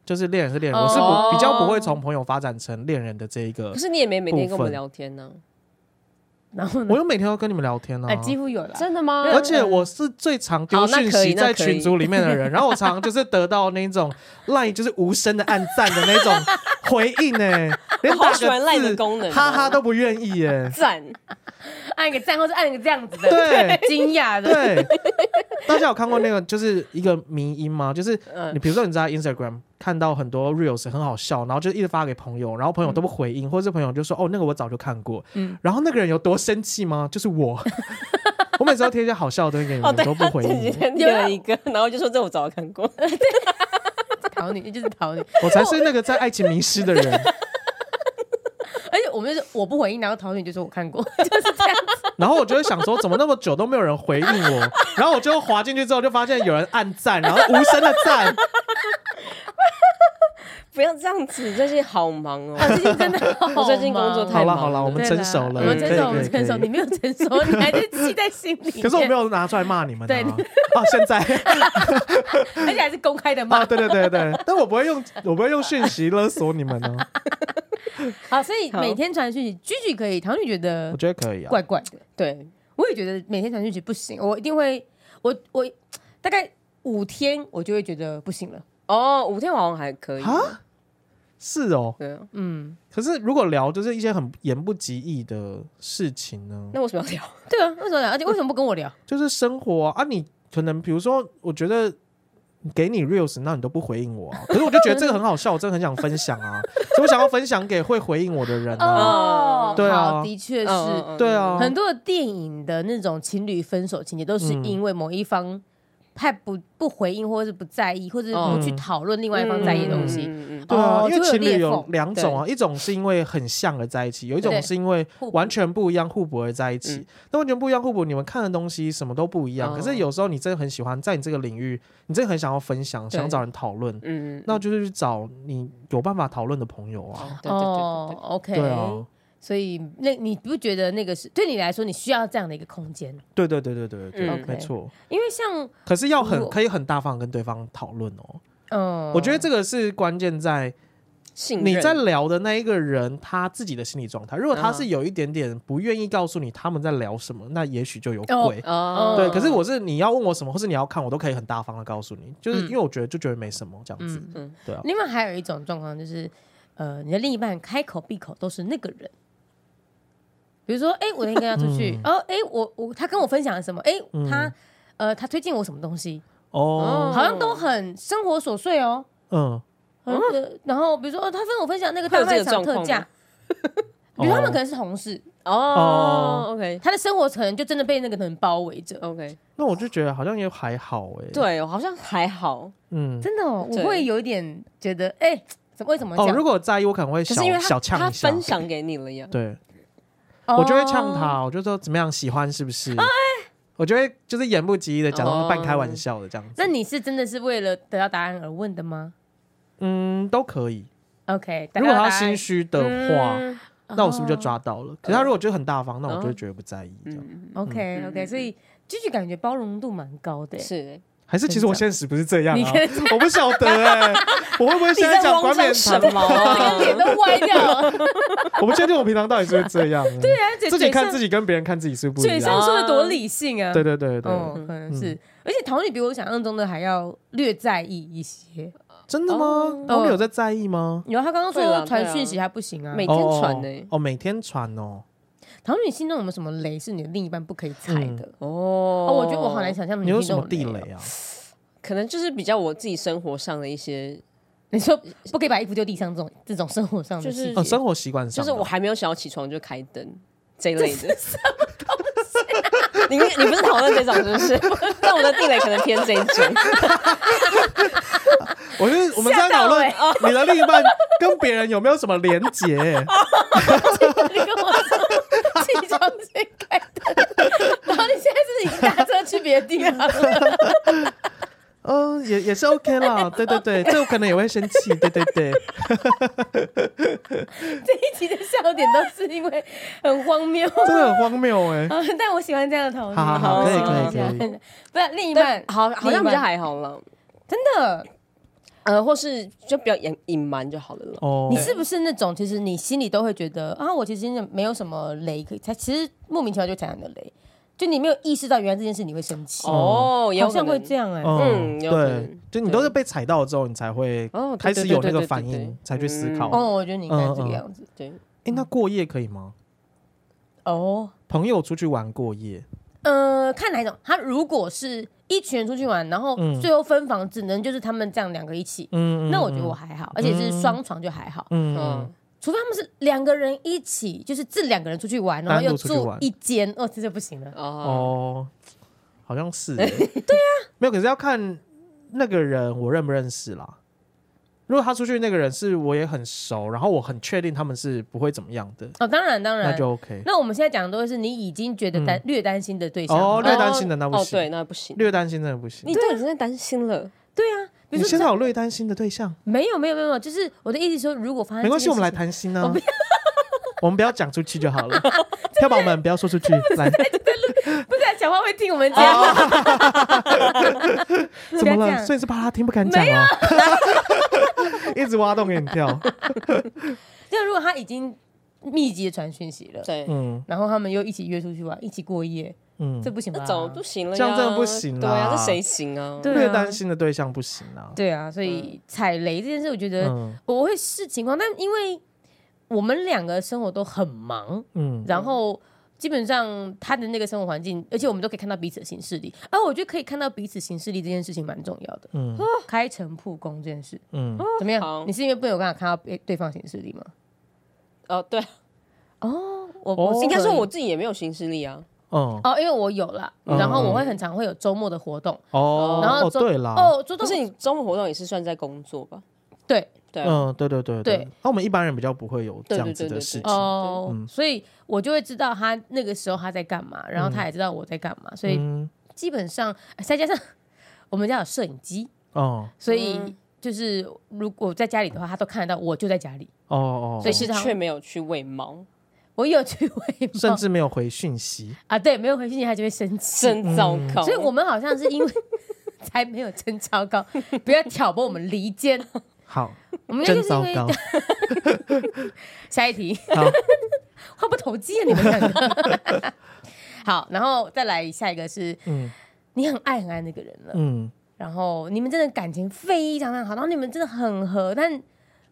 S3: 就是恋人是恋人，我是
S1: 哦
S3: 不比较不会从朋友发展成恋人的这一个
S2: 可。是你也没每天跟
S3: 呃
S2: 我
S3: 部分
S2: 们聊天呢。
S1: 然后呢
S3: 我，又每天要跟你们聊天呢、啊
S1: 哎，几乎有了，
S2: 真的吗？
S3: 而且我是最常丢
S2: 嗯好那
S3: 讯
S2: 可
S3: 息
S2: 以那
S3: 在
S2: 可以
S3: 群组里面的人，然后我常就是得到那 种赖就是无声的暗赞的那种回应呢、连
S2: 我
S3: 打
S2: 好喜欢赖
S3: 个
S2: 的
S3: 字
S2: 功能哦，
S3: 哈哈都不愿意耶、
S2: 赞，
S3: 嗯
S1: 按一个赞或者按一个这样子的，
S3: 对，
S1: 惊 讶的，
S3: 对，大家有看过那个就是一个迷音吗？就是
S2: 嗯
S3: 你比如说你在 Instagram 看到很多 reels 很好笑，然后就一直发给朋友，然后朋友都不回应，或者是朋友就说哦那个我早就看过，
S1: 嗯
S3: 然后那个人有多生气吗？就是我，我每次都贴一些好笑的东西给你
S2: 哦，
S3: 们，
S2: 对，
S3: 都不
S2: 他
S3: 回
S2: 前几
S3: 你。
S2: 天贴了一个，然后就说这我早就看过。
S1: 讨你，就是讨你。
S3: 我才是那个在爱情迷失的人。
S1: 而且我们就是我不回应，然后讨你就说我 看过，就是这样。
S3: 然后我就会想说，怎么那么久都没有人回应我？ 然后我就滑进去之后，就发现有人按赞，然后无声的 赞。
S2: 不要这样子，最近好忙哦。
S1: 我最近真的好忙，
S2: 我最近工作太
S3: 好
S2: 忙
S3: 了好了，我们
S1: 对啦
S3: 成熟了，
S1: 我们
S3: 可以
S1: 成熟，我
S3: 可以
S1: 们成
S3: 可
S1: 熟。
S3: 以
S1: 你没有成熟，你还是记在心里面。
S3: 可是我没有拿出来骂你们啊。
S1: 对
S3: 啊，现在
S1: 而且还是公开的
S3: 啊，
S1: 骂。
S3: 对对对对，但我不会用，我不会用讯息勒索你们哦 呢。
S1: 好，所以
S2: 好
S1: 每天传讯息，居居可以，唐女觉得
S3: 我觉得可以啊。
S1: 怪怪的。
S2: 对，
S1: 我也觉得每天传讯息不行，我一定会，我我大概五天我就会觉得不行了。
S2: 哦，五天好像还可以。
S3: 啊，是哦。
S2: 对啊，
S1: 嗯，
S3: 可是如果聊就是一些很言不及义的事情呢，
S2: 那为什么要 聊？
S1: 对啊，为什么聊？而且为什么不跟我聊？
S3: 就是生活啊，啊你可能比如说，我觉得。给你 reels，那你都不回应我、啊，可是我就觉得这个很好 笑，我真的很想分享啊，所以我想要分享给会回应我的人啊。
S1: 哦，
S3: 对啊
S1: 好的确
S2: 嗯
S1: 是，
S3: 对啊
S1: 很多的电影的那种情侣分手情节，都是
S3: 嗯
S1: 因为某一方太不不回应，或者是不在意，或者是不去
S3: 嗯
S1: 讨论另外一方在意的东西，
S2: 嗯嗯嗯
S3: 对啊，
S1: 哦
S3: 因为
S1: 就会有
S3: 情侣
S1: 裂
S3: 有
S1: 缝
S3: 两种啊，一种是因为很像而在一起，有一种
S1: 对
S3: 是因为
S1: 互补
S3: 完全不一样互补而在一起
S2: 嗯。
S3: 那完全不一样互补，你们看的东西什么都不一样，
S2: 哦
S3: 可是有时候你真的很喜欢，在你这个领域，你真的很想要分享，
S1: 对
S3: 想找人讨论，
S2: 嗯，嗯
S3: 那就是去找你有办法讨论的朋友啊。
S2: 对对对对
S1: 哦，OK，
S3: 对啊，
S1: 所以那你不觉得那个是对你来说，你需要这样的一个空间？
S3: 对对对对对对，
S2: 嗯
S3: 对没错。
S1: 因为像
S3: 可是要很
S1: 我
S3: 可以很大方地跟对方讨论哦。
S1: 嗯，
S3: 我觉得这个是关键在
S2: 信任
S3: 你在聊的那一个人他自己的心理状态。如果他是有一点点不愿意告诉你他们在聊什么，那也许就有鬼。
S2: 哦，
S3: 对，可是我是你要问我什么，或是你要看，我都可以很大方的告诉你，就是
S1: 嗯
S3: 因为我觉得就觉得没什么这样子。
S2: 嗯
S3: 对啊，
S1: 另外还有一种状况就是，呃，你的另一半开口闭口都是那个人。比如说，哎、我那天跟他出去，哦，哎、我我他跟我分享了什么？哎、
S3: 嗯
S1: 他呃，他推荐我什么东西，
S3: 哦，
S1: 好像都很生活琐碎哦。
S3: 嗯，
S1: 嗯呃然后比如说，哦，他跟我分享那个
S2: 会
S1: 大
S2: 有这
S1: 卖
S2: 个
S1: 场
S2: 状
S1: 特
S2: 况
S1: 价
S2: 吗，
S1: 比
S3: 哦
S1: 如他们可能是同事，
S2: 哦，OK
S1: 他的生活可能就真的被那个人包围着。
S2: OK，
S3: 那我就觉得好像也还好哎、欸。，
S2: 对我好像还好，
S3: 嗯，
S1: 真的哦，我
S2: 对
S1: 会有一点觉得，哎、怎么为什么这
S3: 哦，
S1: 样？
S3: 如果在意，我可能会小
S2: 可是因为
S3: 小
S2: 他
S3: 呛
S2: 他
S3: 一下。
S2: 分享哦给你了呀，
S3: 对，
S1: 哦
S3: 我就会呛。他，我就说怎么样，喜欢是不是？我就会就是言不及义的假装
S2: 哎哦
S3: 半开玩笑的这样子。
S1: 那你是真的是为了得到答案而问的吗？
S3: 嗯，都可以。
S1: OK，
S3: 如果
S1: 大
S3: 他
S1: 家
S3: 心虚的话，
S2: 嗯
S3: 那我是不是就抓到了？可是他如果觉得很大方，那我就会
S2: 哦
S3: 觉得不在意这样。
S2: 嗯，
S1: OK
S2: 嗯
S1: OK，
S2: 嗯
S1: 所以继续感觉包容度蛮高
S3: 啊
S1: 的欸。
S2: 是
S3: 还是其实我现实不是这样
S1: 你
S3: 啊
S1: 可以？
S3: 我不晓得哎、我会不会现在讲
S2: 你在
S3: 冠冕
S2: 慌张什
S3: 堂
S1: 整
S2: 么
S1: 个脸都歪掉了，
S3: 我不确定我平常到底是不是这样、对啊，
S1: 而 且
S3: 自己
S1: 嘴
S3: 看
S1: 上
S3: 自己跟别人看自己是不一
S1: 嘴上
S3: 样。
S1: 说的多理性啊。
S3: 对对对对对，
S1: 哦，
S2: 嗯
S1: 可能
S3: 嗯
S1: 是，而且桃女比我想象中的还要略在意一些。
S3: 真的吗
S2: 哦？
S3: 他们有在在意吗？
S1: 然后她刚刚
S2: 对
S1: 说
S2: 啦
S1: 传
S2: 对啦
S1: 讯息还不行啊。
S2: 每
S3: 哦
S2: 天传呢，
S3: 哦，每天传哦。
S1: 桃女心中有没有什么雷是你的另一半不可以踩的？
S2: 哦
S1: 哦，我觉得我好难，想象
S3: 嗯你有
S1: 有
S3: 什么地
S1: 雷
S3: 雷
S1: 哦。
S3: 啊？
S2: 可能就是比较我自己生活上的一些，
S1: 你说不可以把衣服丢地上这种这种生活上的
S2: 就
S1: 事
S2: 是
S1: 情，
S3: 哦，生活习惯
S2: 就
S3: 上的。
S2: 是我还没有想要起床就开灯这一类的。 你你不是讨论这种是不是？但我的地雷可能偏这一种。
S3: 我就是我们在讨论你的另一半跟别人有没有什么连结、
S1: 你跟我说起床先开灯，然后你现在是不是已经搭车去别的地方了？
S3: 嗯、也也是 OK 啦。对对对，这我可能也会生气。对对对，
S1: 这一集的笑点都是因为很荒谬。
S3: 真的很荒谬哎、
S1: 啊！ 但我喜欢这样的讨论。
S3: 好好好
S2: 可以
S1: 我喜欢
S2: 可
S1: 这
S2: 以
S1: 样
S3: 可
S1: 不是另一半
S2: 但，好好像
S1: 另一半
S2: 比较还好了，
S1: 真的。
S2: 呃，或是就不要隐隐瞒就好了啦。
S3: 哦，
S1: 你是不是那种，其实你心里都会觉得啊，我其实真的没有什么雷可以踩，其实莫名其妙就踩到你的雷，就你没有意识到原来这件事你会生气，
S2: 哦，也有
S1: 好
S2: 可
S1: 像
S2: 能
S1: 会这样哎、
S3: 嗯，
S2: 嗯有可
S3: 对
S2: 能，
S3: 就你都是被踩到之后，你才会
S2: 哦对
S3: 开始
S2: 对
S3: 有那
S2: 对
S3: 个
S2: 对
S3: 反
S2: 对对嗯
S3: 应，才去思考。
S1: 哦，我觉得你应该是这
S3: 嗯
S1: 个样子。
S2: 对，
S3: 哎，那过夜可以吗？
S1: 哦，
S3: 朋友出去玩过夜，
S1: 呃，看哪一种。他如果是一群人出去玩，然后
S3: 嗯
S1: 最后分房，只能就是他们这样两个一起，
S3: 嗯，
S1: 那我觉得我还好，而且是双床就还好。
S3: 嗯，嗯
S2: 嗯，
S1: 除非他们是两个人一起，就是这两个人出去玩，然后
S3: 单独
S1: 又
S3: 出去
S1: 住
S3: 玩
S1: 一间，哦，这就不行了。
S2: 哦，
S3: 哦，好像 是欸，对啊，没有，可是要看那个人我认不认识啦。如果他出去那个人是我也很熟，然后我很确定他们是不会怎么样的，
S1: 哦，当然当
S3: 那
S1: 然。
S3: 就 OK。
S1: 那我们现在讲的都是你已经觉得担、略担心的对象
S3: 嗯哦，
S1: 了。
S3: 略担心的那不
S2: 哦，
S3: 行，啊
S2: 对，那不行，
S3: 略担心真的不行
S2: 你。都已经在担心了，
S1: 对啊，
S3: 你
S1: 比如说
S3: 现在
S1: 像
S3: 有略担心的对象，
S1: 没有没有没有没有，就是我的意思说，如果发生
S3: 没关系，
S1: 这
S3: 我
S1: 件
S3: 们来
S1: 事
S3: 谈心
S1: 我
S3: 呢
S1: 不。
S3: 我们不要讲出去就好 了，票宝们不要说出去，来，哦
S1: 情，不然小花会听我们讲。
S3: 怎么
S1: 不要这
S3: 了？
S1: 样
S3: 所以是怕他听不敢讲啊， 一直挖洞给你跳。
S1: 就如果他已经密集的传讯息了，
S2: 对，
S3: 嗯
S1: 然后他们又一起约出去玩，一起过夜，
S3: 嗯
S1: 这，不行吧？
S2: 那种不行了呀，
S3: 这样真的不行啦
S2: 对啊，这谁行啊？
S1: 对啊
S3: 略担心的对象不行啊。
S1: 对啊，所以踩雷这件事，我觉得
S3: 嗯
S1: 我会视情况，但因为我们两个生活都很忙，
S3: 嗯，
S1: 然后基本上他的那个生活环境，而且我们都可以看到彼此的行事力。而、我觉得可以看到彼此行事力这件事情蛮重要的，
S3: 嗯
S1: 开诚布公这件事
S3: 嗯，
S1: 怎么样？
S2: 好
S1: 你是因为不有办法看到对对方行事力吗？
S2: 哦，对，
S1: 啊哦，我
S3: 哦
S1: 我
S2: 应该
S1: 说
S2: 说我自己也没有行事力啊，
S3: 嗯
S1: 哦，因为我有啦，
S3: 嗯
S1: 然后我会很常会有周末的活动。
S3: 哦，
S1: 然后
S3: 哦
S1: 周
S3: 对啦，
S1: 哦，周
S2: 不
S1: 末
S2: 是你周末活动也是算在工作吧？
S1: 对
S2: 对啊，
S3: 嗯，对对对
S1: 对。
S3: 那我们一般人比较不会有这样子
S2: 对对对对
S3: 的
S2: 对
S3: 事情。
S1: 哦，
S3: 嗯
S1: 所以我就会知道他那个时候他在干嘛，然后他也知道我在干嘛，所以
S3: 嗯
S1: 基本上呃再加上我们家有摄影机，
S3: 哦
S1: 所以
S2: 嗯
S1: 就是如果在家里的话，他都看得到我就在家里，
S3: 哦哦，
S1: 所以是他
S2: 却没有去 喂猫，
S1: 我有去喂
S3: 甚
S1: 猫
S3: 至没有回讯息。
S1: 啊，对，没有回信息他就会生气，
S2: 真糟糕。
S1: 所以我们好像是因为才没有真糟糕， 不要挑拨我们 离间，
S3: 好，
S1: 我们应该
S3: 真
S1: 就是因
S3: 糟
S1: 为
S3: 糕。
S1: 下一题。
S3: 好，
S1: 话不投机啊，你们两个。 好，然后再来下一个是，
S3: 嗯
S1: 你很爱很爱那个人了，
S3: 嗯
S1: 然后你们真的感情非常非常好，然后你们真的很合，但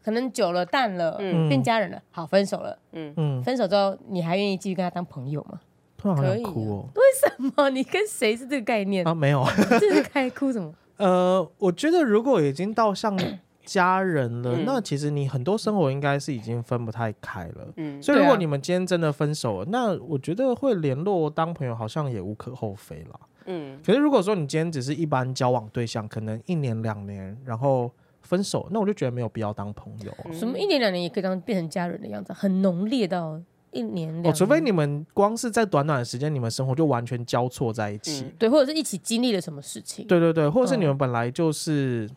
S1: 可能久了淡了，
S2: 嗯
S1: 变家人了，好分手了。
S3: 嗯，
S1: 分手之后，你还愿意继续跟他当朋友吗？
S3: 突然好
S2: 可
S3: 想
S1: 啊
S2: 以
S3: 哭哦。
S1: 什么？你跟谁是这个 概念？
S3: 啊，没有。
S1: 这是该哭什么？
S3: 呃，我觉得如果已经到 像家人了，
S2: 嗯
S3: 那其实你很多生活应该是已经分不太开了。
S2: 嗯，
S3: 所以，如
S1: 对啊
S3: 果你们今天真的分手了，那我觉得会联络当朋友好像也无可厚非啦。
S2: 嗯，
S3: 可是如果说你今天只是一般交往对象，可能一年两年，然后分手，那我就觉得没有必要当朋友。啊
S2: 嗯
S1: 什么一年两年也可以当变成家人的样子，很浓烈到一年嗯
S3: 哦，
S1: 两年，
S3: 除非你们光是在短短的时间，你们生活就完全交错在一起。
S2: 嗯
S1: 对，或者是一起经历了什么事情。
S3: 对对对，或者
S1: 嗯
S3: 是你们本来就是，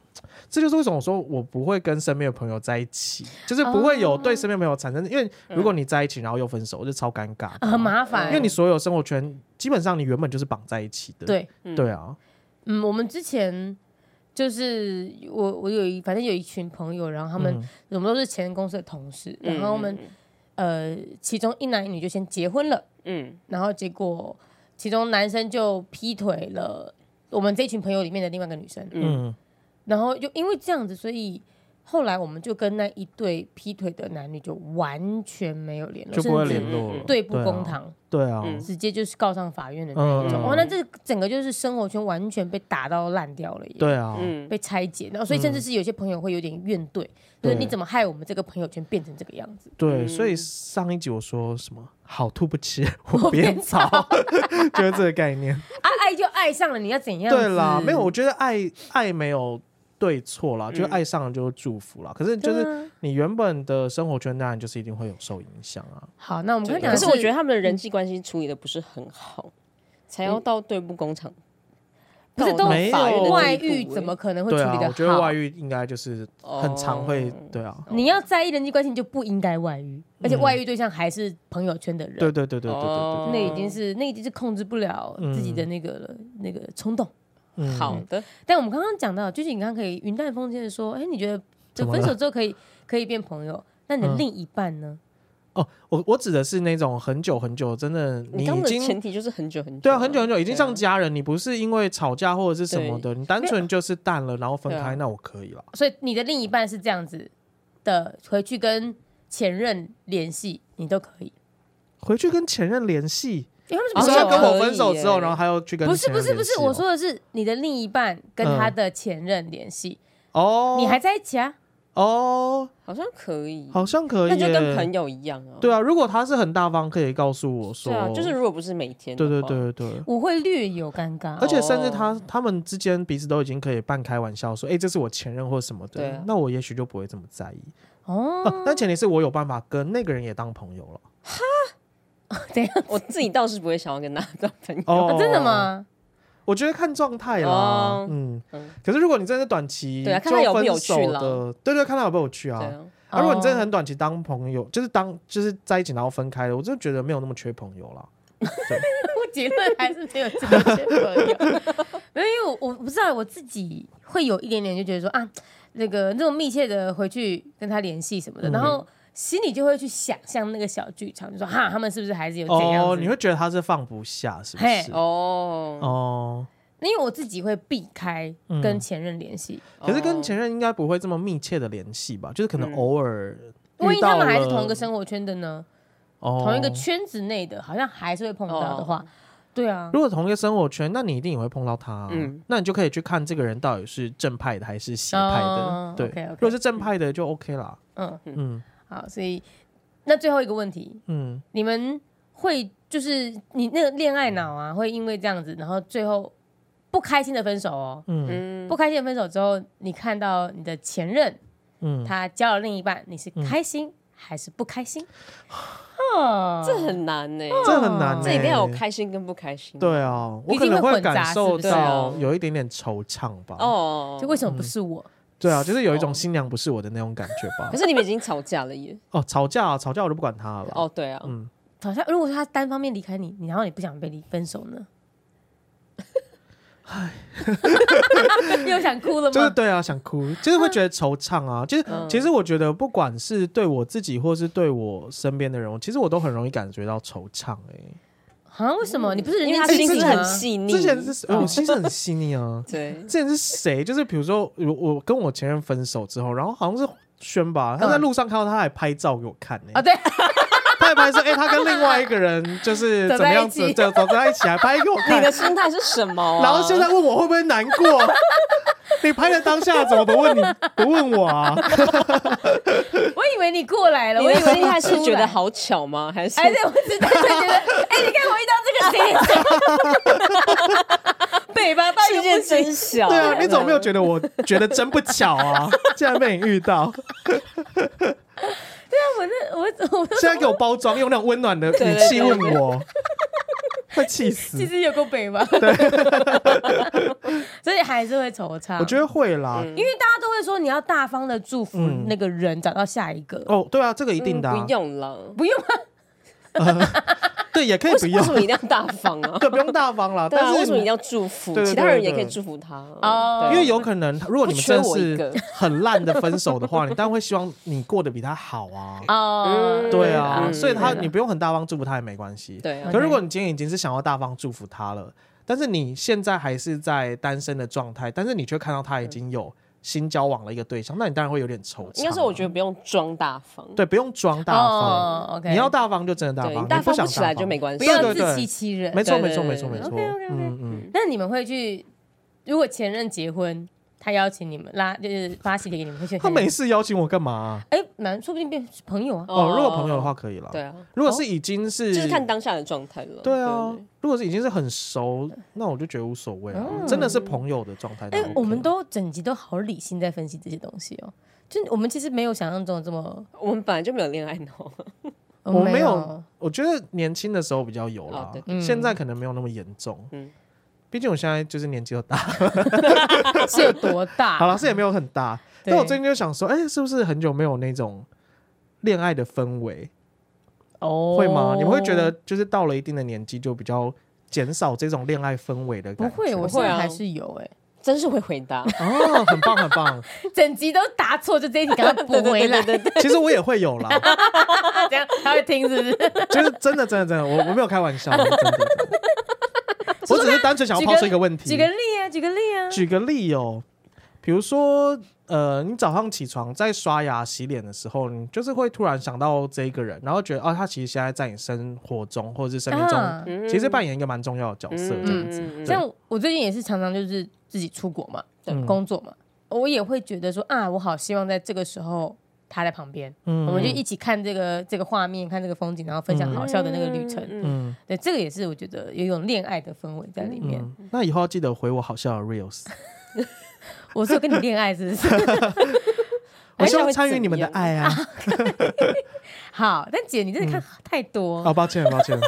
S3: 这就是为什么我说我不会跟身边的朋友在一起，就是不会有对身边朋友产生，因为如果你在一起然后又分手，就超尴尬的
S1: 嗯啊，很麻烦，
S3: 哦因为你所有生活圈基本上你原本就是绑在一起的。
S1: 对，
S3: 对啊，
S1: 嗯，我们之前就是我我有一反正有一群朋友，然后他们、
S3: 嗯
S1: 我们都是前公司的同事，
S2: 嗯
S1: 然后我们、
S3: 嗯
S1: 呃其中一男一女就先结婚了，
S2: 嗯
S1: 然后结果其中男生就劈腿了我们这群朋友里面的另外一个女生，
S2: 嗯
S3: 嗯
S1: 然后就因为这样子，所以。后来我们就跟那一对劈腿的男女就完全没有联络，
S3: 就不会
S1: 甚至
S3: 联络了
S2: 嗯嗯，
S1: 对簿公
S3: 啊。
S1: 堂，
S3: 对啊，
S2: 嗯
S1: 直接就是告上法院的那
S3: 嗯
S1: 一种。
S2: 嗯
S1: 哇、
S2: 嗯
S1: 那这整个就是生活圈完全被打到烂掉了耶。
S3: 对嗯啊，
S2: 嗯，
S1: 被拆解，然后所以甚至是有些朋友会有点怨怼，就是你怎么害我们这个朋友圈变成这个样子？
S3: 对，
S2: 嗯
S3: 所以上一集我说什么好兔不吃窝边草， 就是这个概念。
S1: 啊，爱就爱上了，你要怎样子？
S3: 对啦，没有，我觉得爱爱没有对错啦，
S2: 嗯
S3: 就是爱上了就是祝福啦。可是
S1: 对
S3: 就
S1: 啊
S3: 是你原本的生活圈，当然就是一定会有受影响啊。
S1: 好，那我们刚才
S2: 对
S1: 讲
S2: 可
S1: 的
S2: 是
S1: 是，
S2: 我觉得他们的人际关系处理的不是很好，才要到对簿公堂，
S1: 不是都
S2: 到法院的地步
S1: 外遇，怎么可能会处
S3: 对啊
S1: 理，
S3: 我
S1: 的
S3: 觉得
S1: 好？
S3: 外遇应该就是很常
S2: 哦
S3: 会，对啊，
S1: 你要在意人际关系，你就不应该外遇，而且外遇对象还是朋友圈的人，
S3: 嗯对嗯对对对对对
S2: 哦
S1: 那已经是那已经是控制不了自己的那个了、那个冲动。
S3: 对，嗯
S2: 好，的，
S1: 但我们刚刚讲到，就是你刚刚可以云淡风轻的说，哎，你觉得
S3: 怎
S1: 就
S3: 么
S1: 分
S3: 了
S1: 手之后可以可以变朋友，那你的
S3: 嗯
S1: 另一半呢？
S3: 哦，我我指的是那种很久很久，真的
S2: 你
S3: 已
S2: 刚的
S3: 经
S2: 前提就是很久很久，
S3: 对啊，很久很久已经像
S2: 对
S3: 家人，你不是因为吵架或者是什么的，你单纯就是淡了，然后分
S2: 对
S3: 开，
S2: 啊
S3: 那我可以了。
S1: 所以你的另一半是这样子的，回去跟前任联系，你都可以。
S3: 回去跟前任联系，
S1: 因为
S3: 你
S1: 他
S3: 说
S1: 们是
S2: 哦
S3: 要跟
S1: 朋友
S2: 可
S1: 啊，
S3: 我分手之后，
S2: 以耶
S3: 然后还要去跟
S1: 不是
S3: 前
S1: 不
S3: 任
S1: 是不
S3: 联
S1: 是，
S3: 系
S1: 我
S3: 哦嗯
S1: 说的是你的另一半跟他的前任联系，
S3: 哦，
S1: 你还在一起啊？
S3: 哦，
S2: 好像可以，
S3: 好像可以
S2: 那
S3: 耶，
S2: 就跟朋友一样啊。
S3: 对啊，如果他是很大方，可以告诉我说，
S2: 对啊，就是如果不是每天，
S3: 对对，对对。
S1: 我会略有尴尬
S3: 而。且甚至
S2: 哦
S3: 他他们之间彼此都已经可以半开玩笑说，哎、这是我前任或什么
S2: 对
S3: 的
S2: 啊，
S3: 那我也许就不会这么在意。
S1: 哦，
S3: 啊、但前提是我有办法跟那个人也当朋友了。
S1: 怎样？
S2: 我自己倒是不会想要跟他当朋友。
S3: 啊
S1: 哦真的？ 吗？
S3: 我觉得看状态啦，
S2: 哦
S3: 嗯
S2: 嗯。
S3: 可是如果你真的是短期
S2: 对啊
S3: 就
S2: 看他有没有
S3: 分手
S2: 趣啦
S3: 的，对 对，看他有没有趣
S2: 对
S3: 啊。
S2: 啊，
S3: 啊，如果你真的
S1: 哦
S3: 很短期当朋友，就是当就是在一起然后分开了，我真的觉得没有那么缺朋友啦。
S1: 我结论还是没有这个缺 朋友，没有，因为我我不知道我自己会有一点点就觉得说啊，那个那种密切的回去跟他联系什么的，
S3: 嗯
S1: 然后心里就会去想象那个小剧场，就说哈，他们是不是还是有怎样子？
S3: 哦，你会觉得他是放不下，是不
S1: 嘿
S3: 是？
S2: 哦，
S3: 哦，
S1: 因为我自己会避开
S3: 嗯
S1: 跟前任联系，
S3: 哦可是
S2: 哦
S3: 跟前任应该不会这么密切的联系吧？就是可能
S2: 嗯
S3: 偶尔
S1: 万
S3: 遇
S1: 一
S3: 到
S1: 他们
S3: 了
S1: 还是同一个生活圈的呢，
S3: 哦
S1: 同一个圈子内的，好像还是会碰到的话，对啊
S3: 如，果同一个生活圈，那你一定也会碰到他、嗯
S2: 嗯，
S3: 那你就可以去看这个人到底是正派的还是邪派的。
S1: 哦
S3: 对
S1: OK，OK
S3: 如果是正派的就 OK 啦。
S1: 嗯，
S3: 嗯
S1: 好，所以那最后一个问题，
S3: 嗯，
S1: 你们会就是你那个恋爱脑啊，会因为这样子，然后最后不开心的分手哦。
S3: 嗯
S2: 嗯
S1: 不开心的分手之后，你看到你的前任
S3: 嗯，
S1: 他交了另一半，你是开心还是不开心？哦，
S2: 这很难呢、
S3: 这很难、欸，
S2: 这一定要有。开心跟不开心。
S3: 对啊，我
S1: 毕
S3: 可
S1: 竟
S3: 能
S1: 会
S3: 会
S1: 混杂
S3: 感受
S1: 是不是哦
S3: 到有一点点惆怅吧。哦，
S2: 哦，
S1: 就为什么不是我？
S3: 对啊，就是有
S1: 哦
S3: 一种新娘不是我的那种感觉吧
S2: 可。是你们已经吵架了耶。
S3: 哦，吵架、啊、吵架我就不管他了。
S2: 哦，对啊，
S3: 嗯，
S1: 好像如果是他单方面离开你，你然后你不想被离分手呢？ 又想哭了
S3: 就是
S1: 吗？
S3: 对啊，想哭，就是会觉得惆怅啊。就是、
S2: 嗯
S3: 其实我觉得，不管是对我自己，或是对我身边的人，其实我都很容易感觉到惆怅、欸。
S1: 啊，为什么你不是人
S2: 因为
S1: 家
S2: 他
S1: 亲
S2: 心
S1: 戚
S2: 啊思
S1: 吗？
S2: 很细腻。
S3: 之前是，呃
S2: 哦
S3: 我心思很细腻 啊。
S2: 对
S3: 之前是谁？就是比如说，我我跟我前任分手之后，然后好像是轩吧，他在路上看到他还拍照给我看呢、
S1: 啊，对，
S3: 他还拍说，哎、他跟另外一个人就是
S1: 走在
S3: 怎么样
S1: 一
S3: 子，
S1: 起
S3: 走走在一起，还拍给我
S2: 你
S3: 看
S2: 的。心态是什么、啊？
S3: 然后现在问我会不会难过？ 你拍的当下怎么不问你不问我啊？
S1: 我以为你过来了，
S2: 你
S1: 我以
S2: 的
S1: 为
S2: 心态啊是
S1: 出
S2: 觉得
S1: 来
S2: 好巧吗？还是
S1: 哎，对，我只单纯觉得，哎，你看我遇到这个谁，北吧，
S2: 世界真小？
S3: 对啊，你怎么没有觉得我觉得真不巧啊？ 竟然被你遇到，
S1: 我 那我我
S3: 现在给我包装，用那种温暖的语
S2: 对对
S3: 气
S2: 对
S3: 问我，会气死
S1: 其。实有够北吧， 所以还是会惆怅。
S2: 啊
S3: 我觉
S1: 得，
S3: 得会啦。
S2: 嗯
S1: 因为大家都会说你要大方的祝福
S3: 嗯
S1: 那个人找到下一个，
S3: 哦，对啊，这个一
S2: 嗯
S3: 定的啊
S2: 不，用了。
S1: 不用啊
S3: 对，也可以
S2: 为
S3: 不
S2: 什为
S3: 用？
S2: 什，么一定要大方啊
S3: 对，不用大方啦。
S2: 对啊，
S3: 但
S2: 为什
S3: 是
S2: 么一定要祝福
S3: 对？对
S2: 其他人
S3: 对
S2: 也可以
S3: 对
S2: 祝福他
S1: 哦
S2: 对啊
S3: 因为有可能，如果你们真的
S2: 不缺我一
S3: 是
S2: 个
S3: 很烂的分手的话，你当然会希望你过得比他好啊。
S1: 哦，
S3: 对啊，
S2: 嗯
S3: 所以他
S1: 对啦
S3: 你不用很大方祝福他也没关系。
S2: 对啊
S3: 可如果你今天已经是想要大方祝福他了，但是你现在还是在单身的状态，但是你却看到他已经有新交往了一个对象，那你当然会有点惆怅啊。
S2: 应该是我觉得不用装大方，
S3: 对，不用装大方，
S1: 哦，OK，
S3: 你要大方就真的大
S2: 对，
S3: 方，
S2: 你大
S3: 你不
S2: 方
S3: 想
S2: 不起来
S3: 大方
S2: 就没关
S1: 不
S2: 系。啊
S3: 对
S1: 要
S3: 对对
S1: 自欺欺人。
S3: 没错
S2: 对
S3: 没错
S2: 对
S3: 没
S2: 对
S3: 错没错。
S1: OK，OK，OK
S3: 嗯嗯，
S1: 那你们会去？如果前任结婚，他邀请你们拉，就是发喜帖给你们，会去？
S3: 他每次邀请我干嘛啊？
S1: 哎，蛮说不定变朋友啊。
S3: 哦，如果朋友的话，可以了。
S2: 对啊，
S3: 如果是已经是
S2: 就是看当下的状态了。
S3: 对啊
S2: 对，嗯
S3: 如果是已经是很熟，那我就觉得无所谓啊，真的是朋友的状态那
S1: 哎、
S3: OK。
S1: 我们都整集都好理性在分析这些东西哦，就我们其实没有想象中的这么，呃
S2: 我们本来就没有恋爱脑，
S3: 我没
S1: 没
S3: 有，我觉得年轻的时候比较有啦
S2: 哦对，
S1: 嗯
S3: 现在可能没有那么严重。嗯
S2: 嗯，
S3: 毕竟我现在就是年纪又大，
S1: 是有多
S3: 好
S1: 大？
S3: 了，是也没有很大。
S1: 对
S3: 但我最近就想说，哎，是不是很久没有那种恋爱的氛围？
S1: 哦
S3: 会吗？你们会觉得就是到了一定的年纪就比较减少这种恋爱氛围的
S1: 不
S3: 感觉？
S1: 会？我
S2: 会
S1: 现在
S2: 啊
S1: 还是有哎、
S2: 真是会回答。
S3: 哦，很棒很 棒。
S1: 整集都答错，就这一题赶快补回来，
S2: 对对对
S3: 其实我也会有啦，
S1: 这样 他会听是不 是？
S3: 就是真的真的真的，我我没有开玩笑，真的。真的我只是单纯想要抛出一个问题，
S1: 举个例啊，举个例啊，
S3: 举个例哦，比如说，呃，你早上起床在刷牙洗脸的时候，你就是会突然想到这一个人，然后觉得哦，他其实现在在你生活中或者是生命中，
S1: 啊
S2: 对，
S3: 其实扮演一个蛮
S1: 嗯
S3: 重要的角色，这样子。
S2: 子
S1: 像我最近也是常常就是自己出国嘛，对，
S3: 嗯
S1: 工作嘛，我也会觉得说啊，我好希望在这个时候他在旁边，
S3: 嗯
S1: 我们就一起看这个这个画面，看这个风景，然后分享好笑的那个旅程。
S2: 嗯
S3: 嗯
S1: 对，这个也是我觉得有一种恋爱的氛围在里面。
S3: 嗯，那以后要记得回我好笑的 reels，
S1: 我是有跟你恋爱，是不 是？
S3: 我
S2: 哎
S3: 希
S2: 那
S3: 望
S2: 会
S3: 参与你们的
S2: 怎样
S3: 爱啊！
S1: 好，但姐你
S3: 嗯
S1: 真的看太多，
S3: 哦，抱歉抱 歉，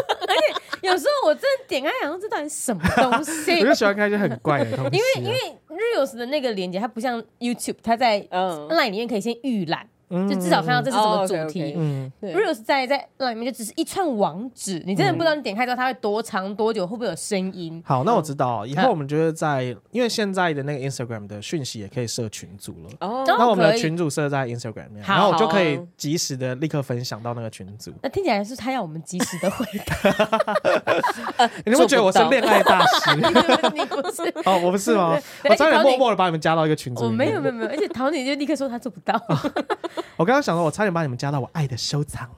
S1: 有时候我真的点开想说这到底是什么 东西
S3: 我就？喜欢看一些很怪的东西啊，
S1: 因为因为 Reels 的那个连接，它不像 YouTube，它在
S2: 嗯，
S1: Line 里面可以先预览，
S3: 因
S1: 就至少看到这是什么主题。
S2: 哦
S3: 嗯，
S2: 对
S1: Reels 在在 Line 里面就只是一串网址，你真的不知
S3: 嗯
S1: 道你点开之后它会多长多久，会不会有声音？
S3: 好，那我知道，哦以
S1: 嗯
S3: 后我们就是在，因为现在的那个 Instagram 的讯息也可以设群组了。
S1: 然
S2: 哦，
S1: 后
S3: 那我们
S1: 可
S3: 的
S1: 以
S3: 群组设在 Instagram 里面，
S1: 好
S3: 然后我就可以及时的立刻分享到那个群 组。
S1: 那听起来是他要我们及时 的回答，
S3: 你们觉得我是恋爱大师？
S1: 你不你不是？
S3: 哦，我不是吗？
S1: 对
S3: 我差点
S1: 而且
S3: 默默的把你们加到一个群组
S1: 我
S3: 里
S1: 哦没
S3: 面。
S1: 有没有没有，而且桃姐就立刻说她 做不到。
S3: 我刚刚想说，我差点把你们加到我爱的收藏。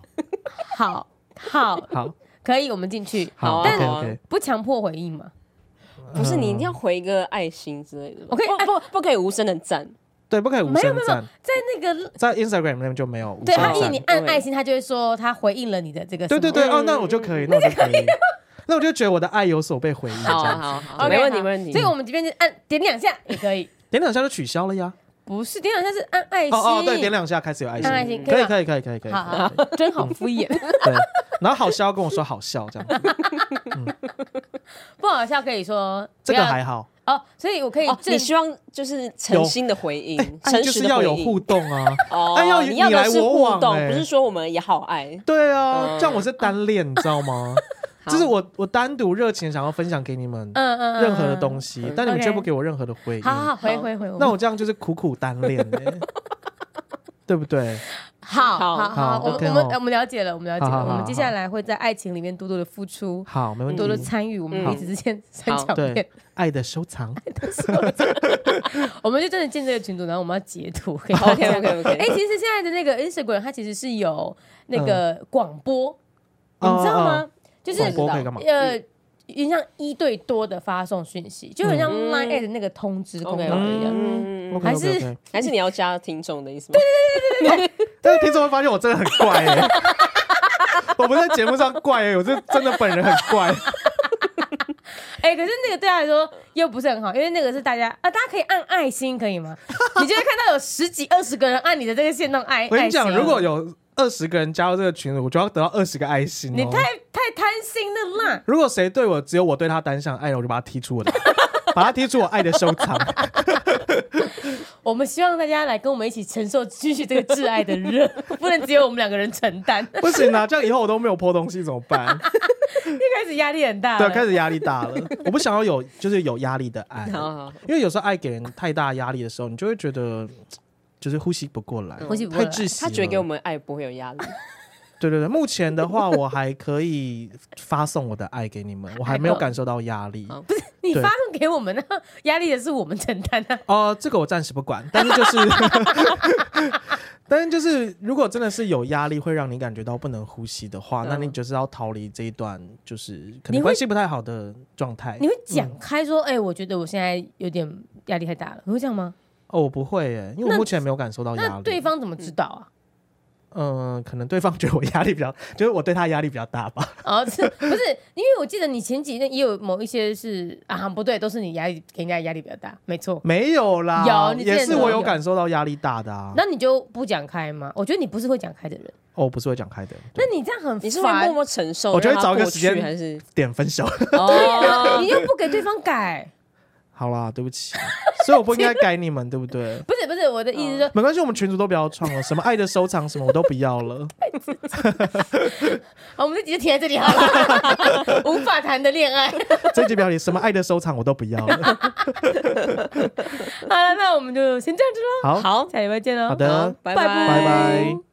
S1: 好好，
S3: 好，
S1: 可以，我们进去，
S3: 好
S2: 好
S3: ，OK
S2: 但
S3: OK。
S1: 不强迫回应嘛？
S2: 不是你一定要回一个爱心之类的吧，
S1: 我可以
S2: 不不不可以无声的赞，
S3: 对，不可以无
S1: 没有
S3: 声
S1: 没有没有
S3: 赞，，
S1: 在那个
S3: 在 Instagram 里面就没有无
S1: 对
S3: 声
S1: 他
S3: 赞。
S1: 一你按
S2: 对
S1: 爱心，他就会说他回应了你的这个什
S3: 对
S1: 么。
S3: 对对，哦，
S2: 嗯
S3: 那我就可以，那我就可 以，那我就觉得我的爱有所被回应。这
S2: 好
S3: 样
S2: 好啊好，
S1: OK，
S2: 没问题
S1: 好
S2: 没问题，
S1: 所以我们这边就按点两下也可以，
S3: 点两下就取消了呀。
S1: 不是点两下是按爱心。
S3: 哦哦，对，点两下开始有爱
S1: 按爱
S3: 心，
S1: 心
S3: 可以
S1: 以吧。
S3: 可以可以可以可以。
S1: 好
S3: 可以
S1: 好，好真好敷衍，
S3: 对，然后好笑跟我说好笑这 样子，
S1: 不好笑可以说
S3: 这
S1: 不
S3: 个
S1: 要
S3: 还好，
S1: 哦，所以我可以
S2: 哦，
S1: 正
S2: 你希望就是诚心的回应，
S1: 嗯
S3: 爱
S2: 诚
S3: 哎就
S2: 实
S3: 是
S2: 的
S3: 要
S2: 回
S3: 有
S2: 应。
S3: 互动 啊。
S2: 哦，
S3: 哎要
S2: 你
S3: 你来
S2: 的是
S3: 我
S2: 互
S3: 往
S2: 动，
S3: 欸
S2: 不是说我们也好 爱。
S3: 对啊，
S2: 嗯
S3: 这样我是单恋，你知道 吗？
S2: 好
S3: 就是我我单独热情想要分享给你们
S1: 嗯嗯嗯
S3: 任何的
S1: 嗯
S3: 东西，但你们
S1: OK
S3: 却不给我任何的回应，
S1: 好好好回
S2: 好
S1: 回回，
S3: 那
S1: 我
S3: 我这样就是苦苦单恋 欸对不对？
S1: 好
S2: 好
S1: 好
S3: 好
S1: 好，我们
S3: OK
S1: 我们
S3: 哦
S1: 呃我们了解了，我们了解
S3: 好好
S1: 了，
S3: 好
S1: 我们接下
S3: 好
S1: 来会在爱情里面多多的付出，
S3: 好，没问
S1: 多多
S3: 题。
S1: 参与我们
S2: 嗯
S1: 彼此之间三
S2: 好
S1: 角恋
S3: 对。，爱的收藏，
S1: 我们就真的进这个群组，然后我们要截图给大家。
S2: OK OK OK，
S1: 哎、其实现在的那个 Instagram 它其实是有那个广播，你知道
S3: 嗯哦？哦
S1: 吗？ 就是
S3: 广播可以干嘛？
S1: 呃，有点像一对多的发送讯息，就很像
S2: 嗯
S1: Line Ad 那个通知功
S2: OK
S1: 能一
S2: OK，
S1: 样。
S2: 嗯，
S3: OK，OK，OK
S1: 还是
S2: 还是你要加听众的意思吗？
S3: 但是听众会发现我真的很怪哎、 我不是在节目上怪哎、我是真的本人很怪。
S1: 哎、可是那个对他来说又不是很好，因为那个是大家啊，大家可以按爱心，可 以吗？你就会看到有十几、二十个人按你的这个线动爱
S3: 我跟
S1: 爱
S3: 你
S1: 心
S3: 讲，。如果有二十个人加入这个群组，我就要得到二十个爱心、哦。
S1: 你太太贪心了啦！
S3: 如果谁对我只有我对他单向爱，我就把他踢出我的， 把他踢出我爱的收藏。
S1: 我们希望大家来跟我们一起承受继续这个挚爱的 热，不能只有我们两个人承担。
S3: 不行啊，这样以后我都没有破东西怎么 办？
S1: 一开始压力很大了，
S3: 对，开始压力大了。我不想要有就是有压力的爱，
S2: 好好，
S3: 因为有时候爱给人太大压力的时候，你就会觉得就是呼吸不过来，
S1: 呼吸不过
S3: 太
S1: 来
S3: 窒息了。
S2: 嗯他觉得给我们爱不会有 压力。
S3: 对对对，目前的话，我还可以发送我的爱给你们，我还没有感受到压力。
S2: 好
S1: 你
S3: 对
S1: 发送给我们呢，压力也是我们承担啊的、
S3: 哦，这个我暂时不管，但是就是， 但是就是，如果真的是有压力，会让你感觉到不能呼吸的话，
S2: 嗯
S3: 那你就是要逃离这一段，就是可
S1: 你
S3: 能
S1: 会
S3: 关系不太好的状态
S1: 你。会讲开说，哎、我觉得我现在有点压力太大了，你会这样吗？
S3: 哦，我不会耶，因为我
S1: 那
S3: 目前没有感受到压
S1: 那
S3: 力。
S1: 对，方怎么知道啊？
S3: 嗯、可能对方觉得我压力比较，就是我对他压力比较大 吧。
S1: 哦，是不是？因为我记得你前几任也有某一些是啊，不对，都是你压力给人家压力比较大，没错。
S3: 没有啦，
S1: 有你之前
S3: 也是我
S1: 都
S3: 有
S1: 有
S3: 感受到压力大的啊。
S1: 那你就不讲开吗？我觉得你不是会讲开的人，
S3: 哦，我不是会讲开的，
S1: 那你这样很
S2: 你是会
S1: 烦
S2: 默，默承受？
S3: 我觉得
S2: 让它
S3: 找一个
S2: 过去
S3: 时间
S2: 还是
S3: 点分 手。
S2: 哦
S1: 你又不给对方改，
S3: 好啦，对不起，所以我不应该改你们，对不对？
S1: 不是不是，我的意思是说，
S3: 没关系，我们群主都不要创了，什么爱的收藏什么我都不要了。
S1: 好我们这集就停在这里好了， 无法谈的恋爱。好
S3: 这集表里什么爱的收藏我都不要了。
S1: 了，那我们就先这样子
S3: 好，
S1: 喽，
S2: 好
S1: 下礼拜见喽，哦
S3: 好的
S2: 好拜
S1: 拜
S3: 拜拜。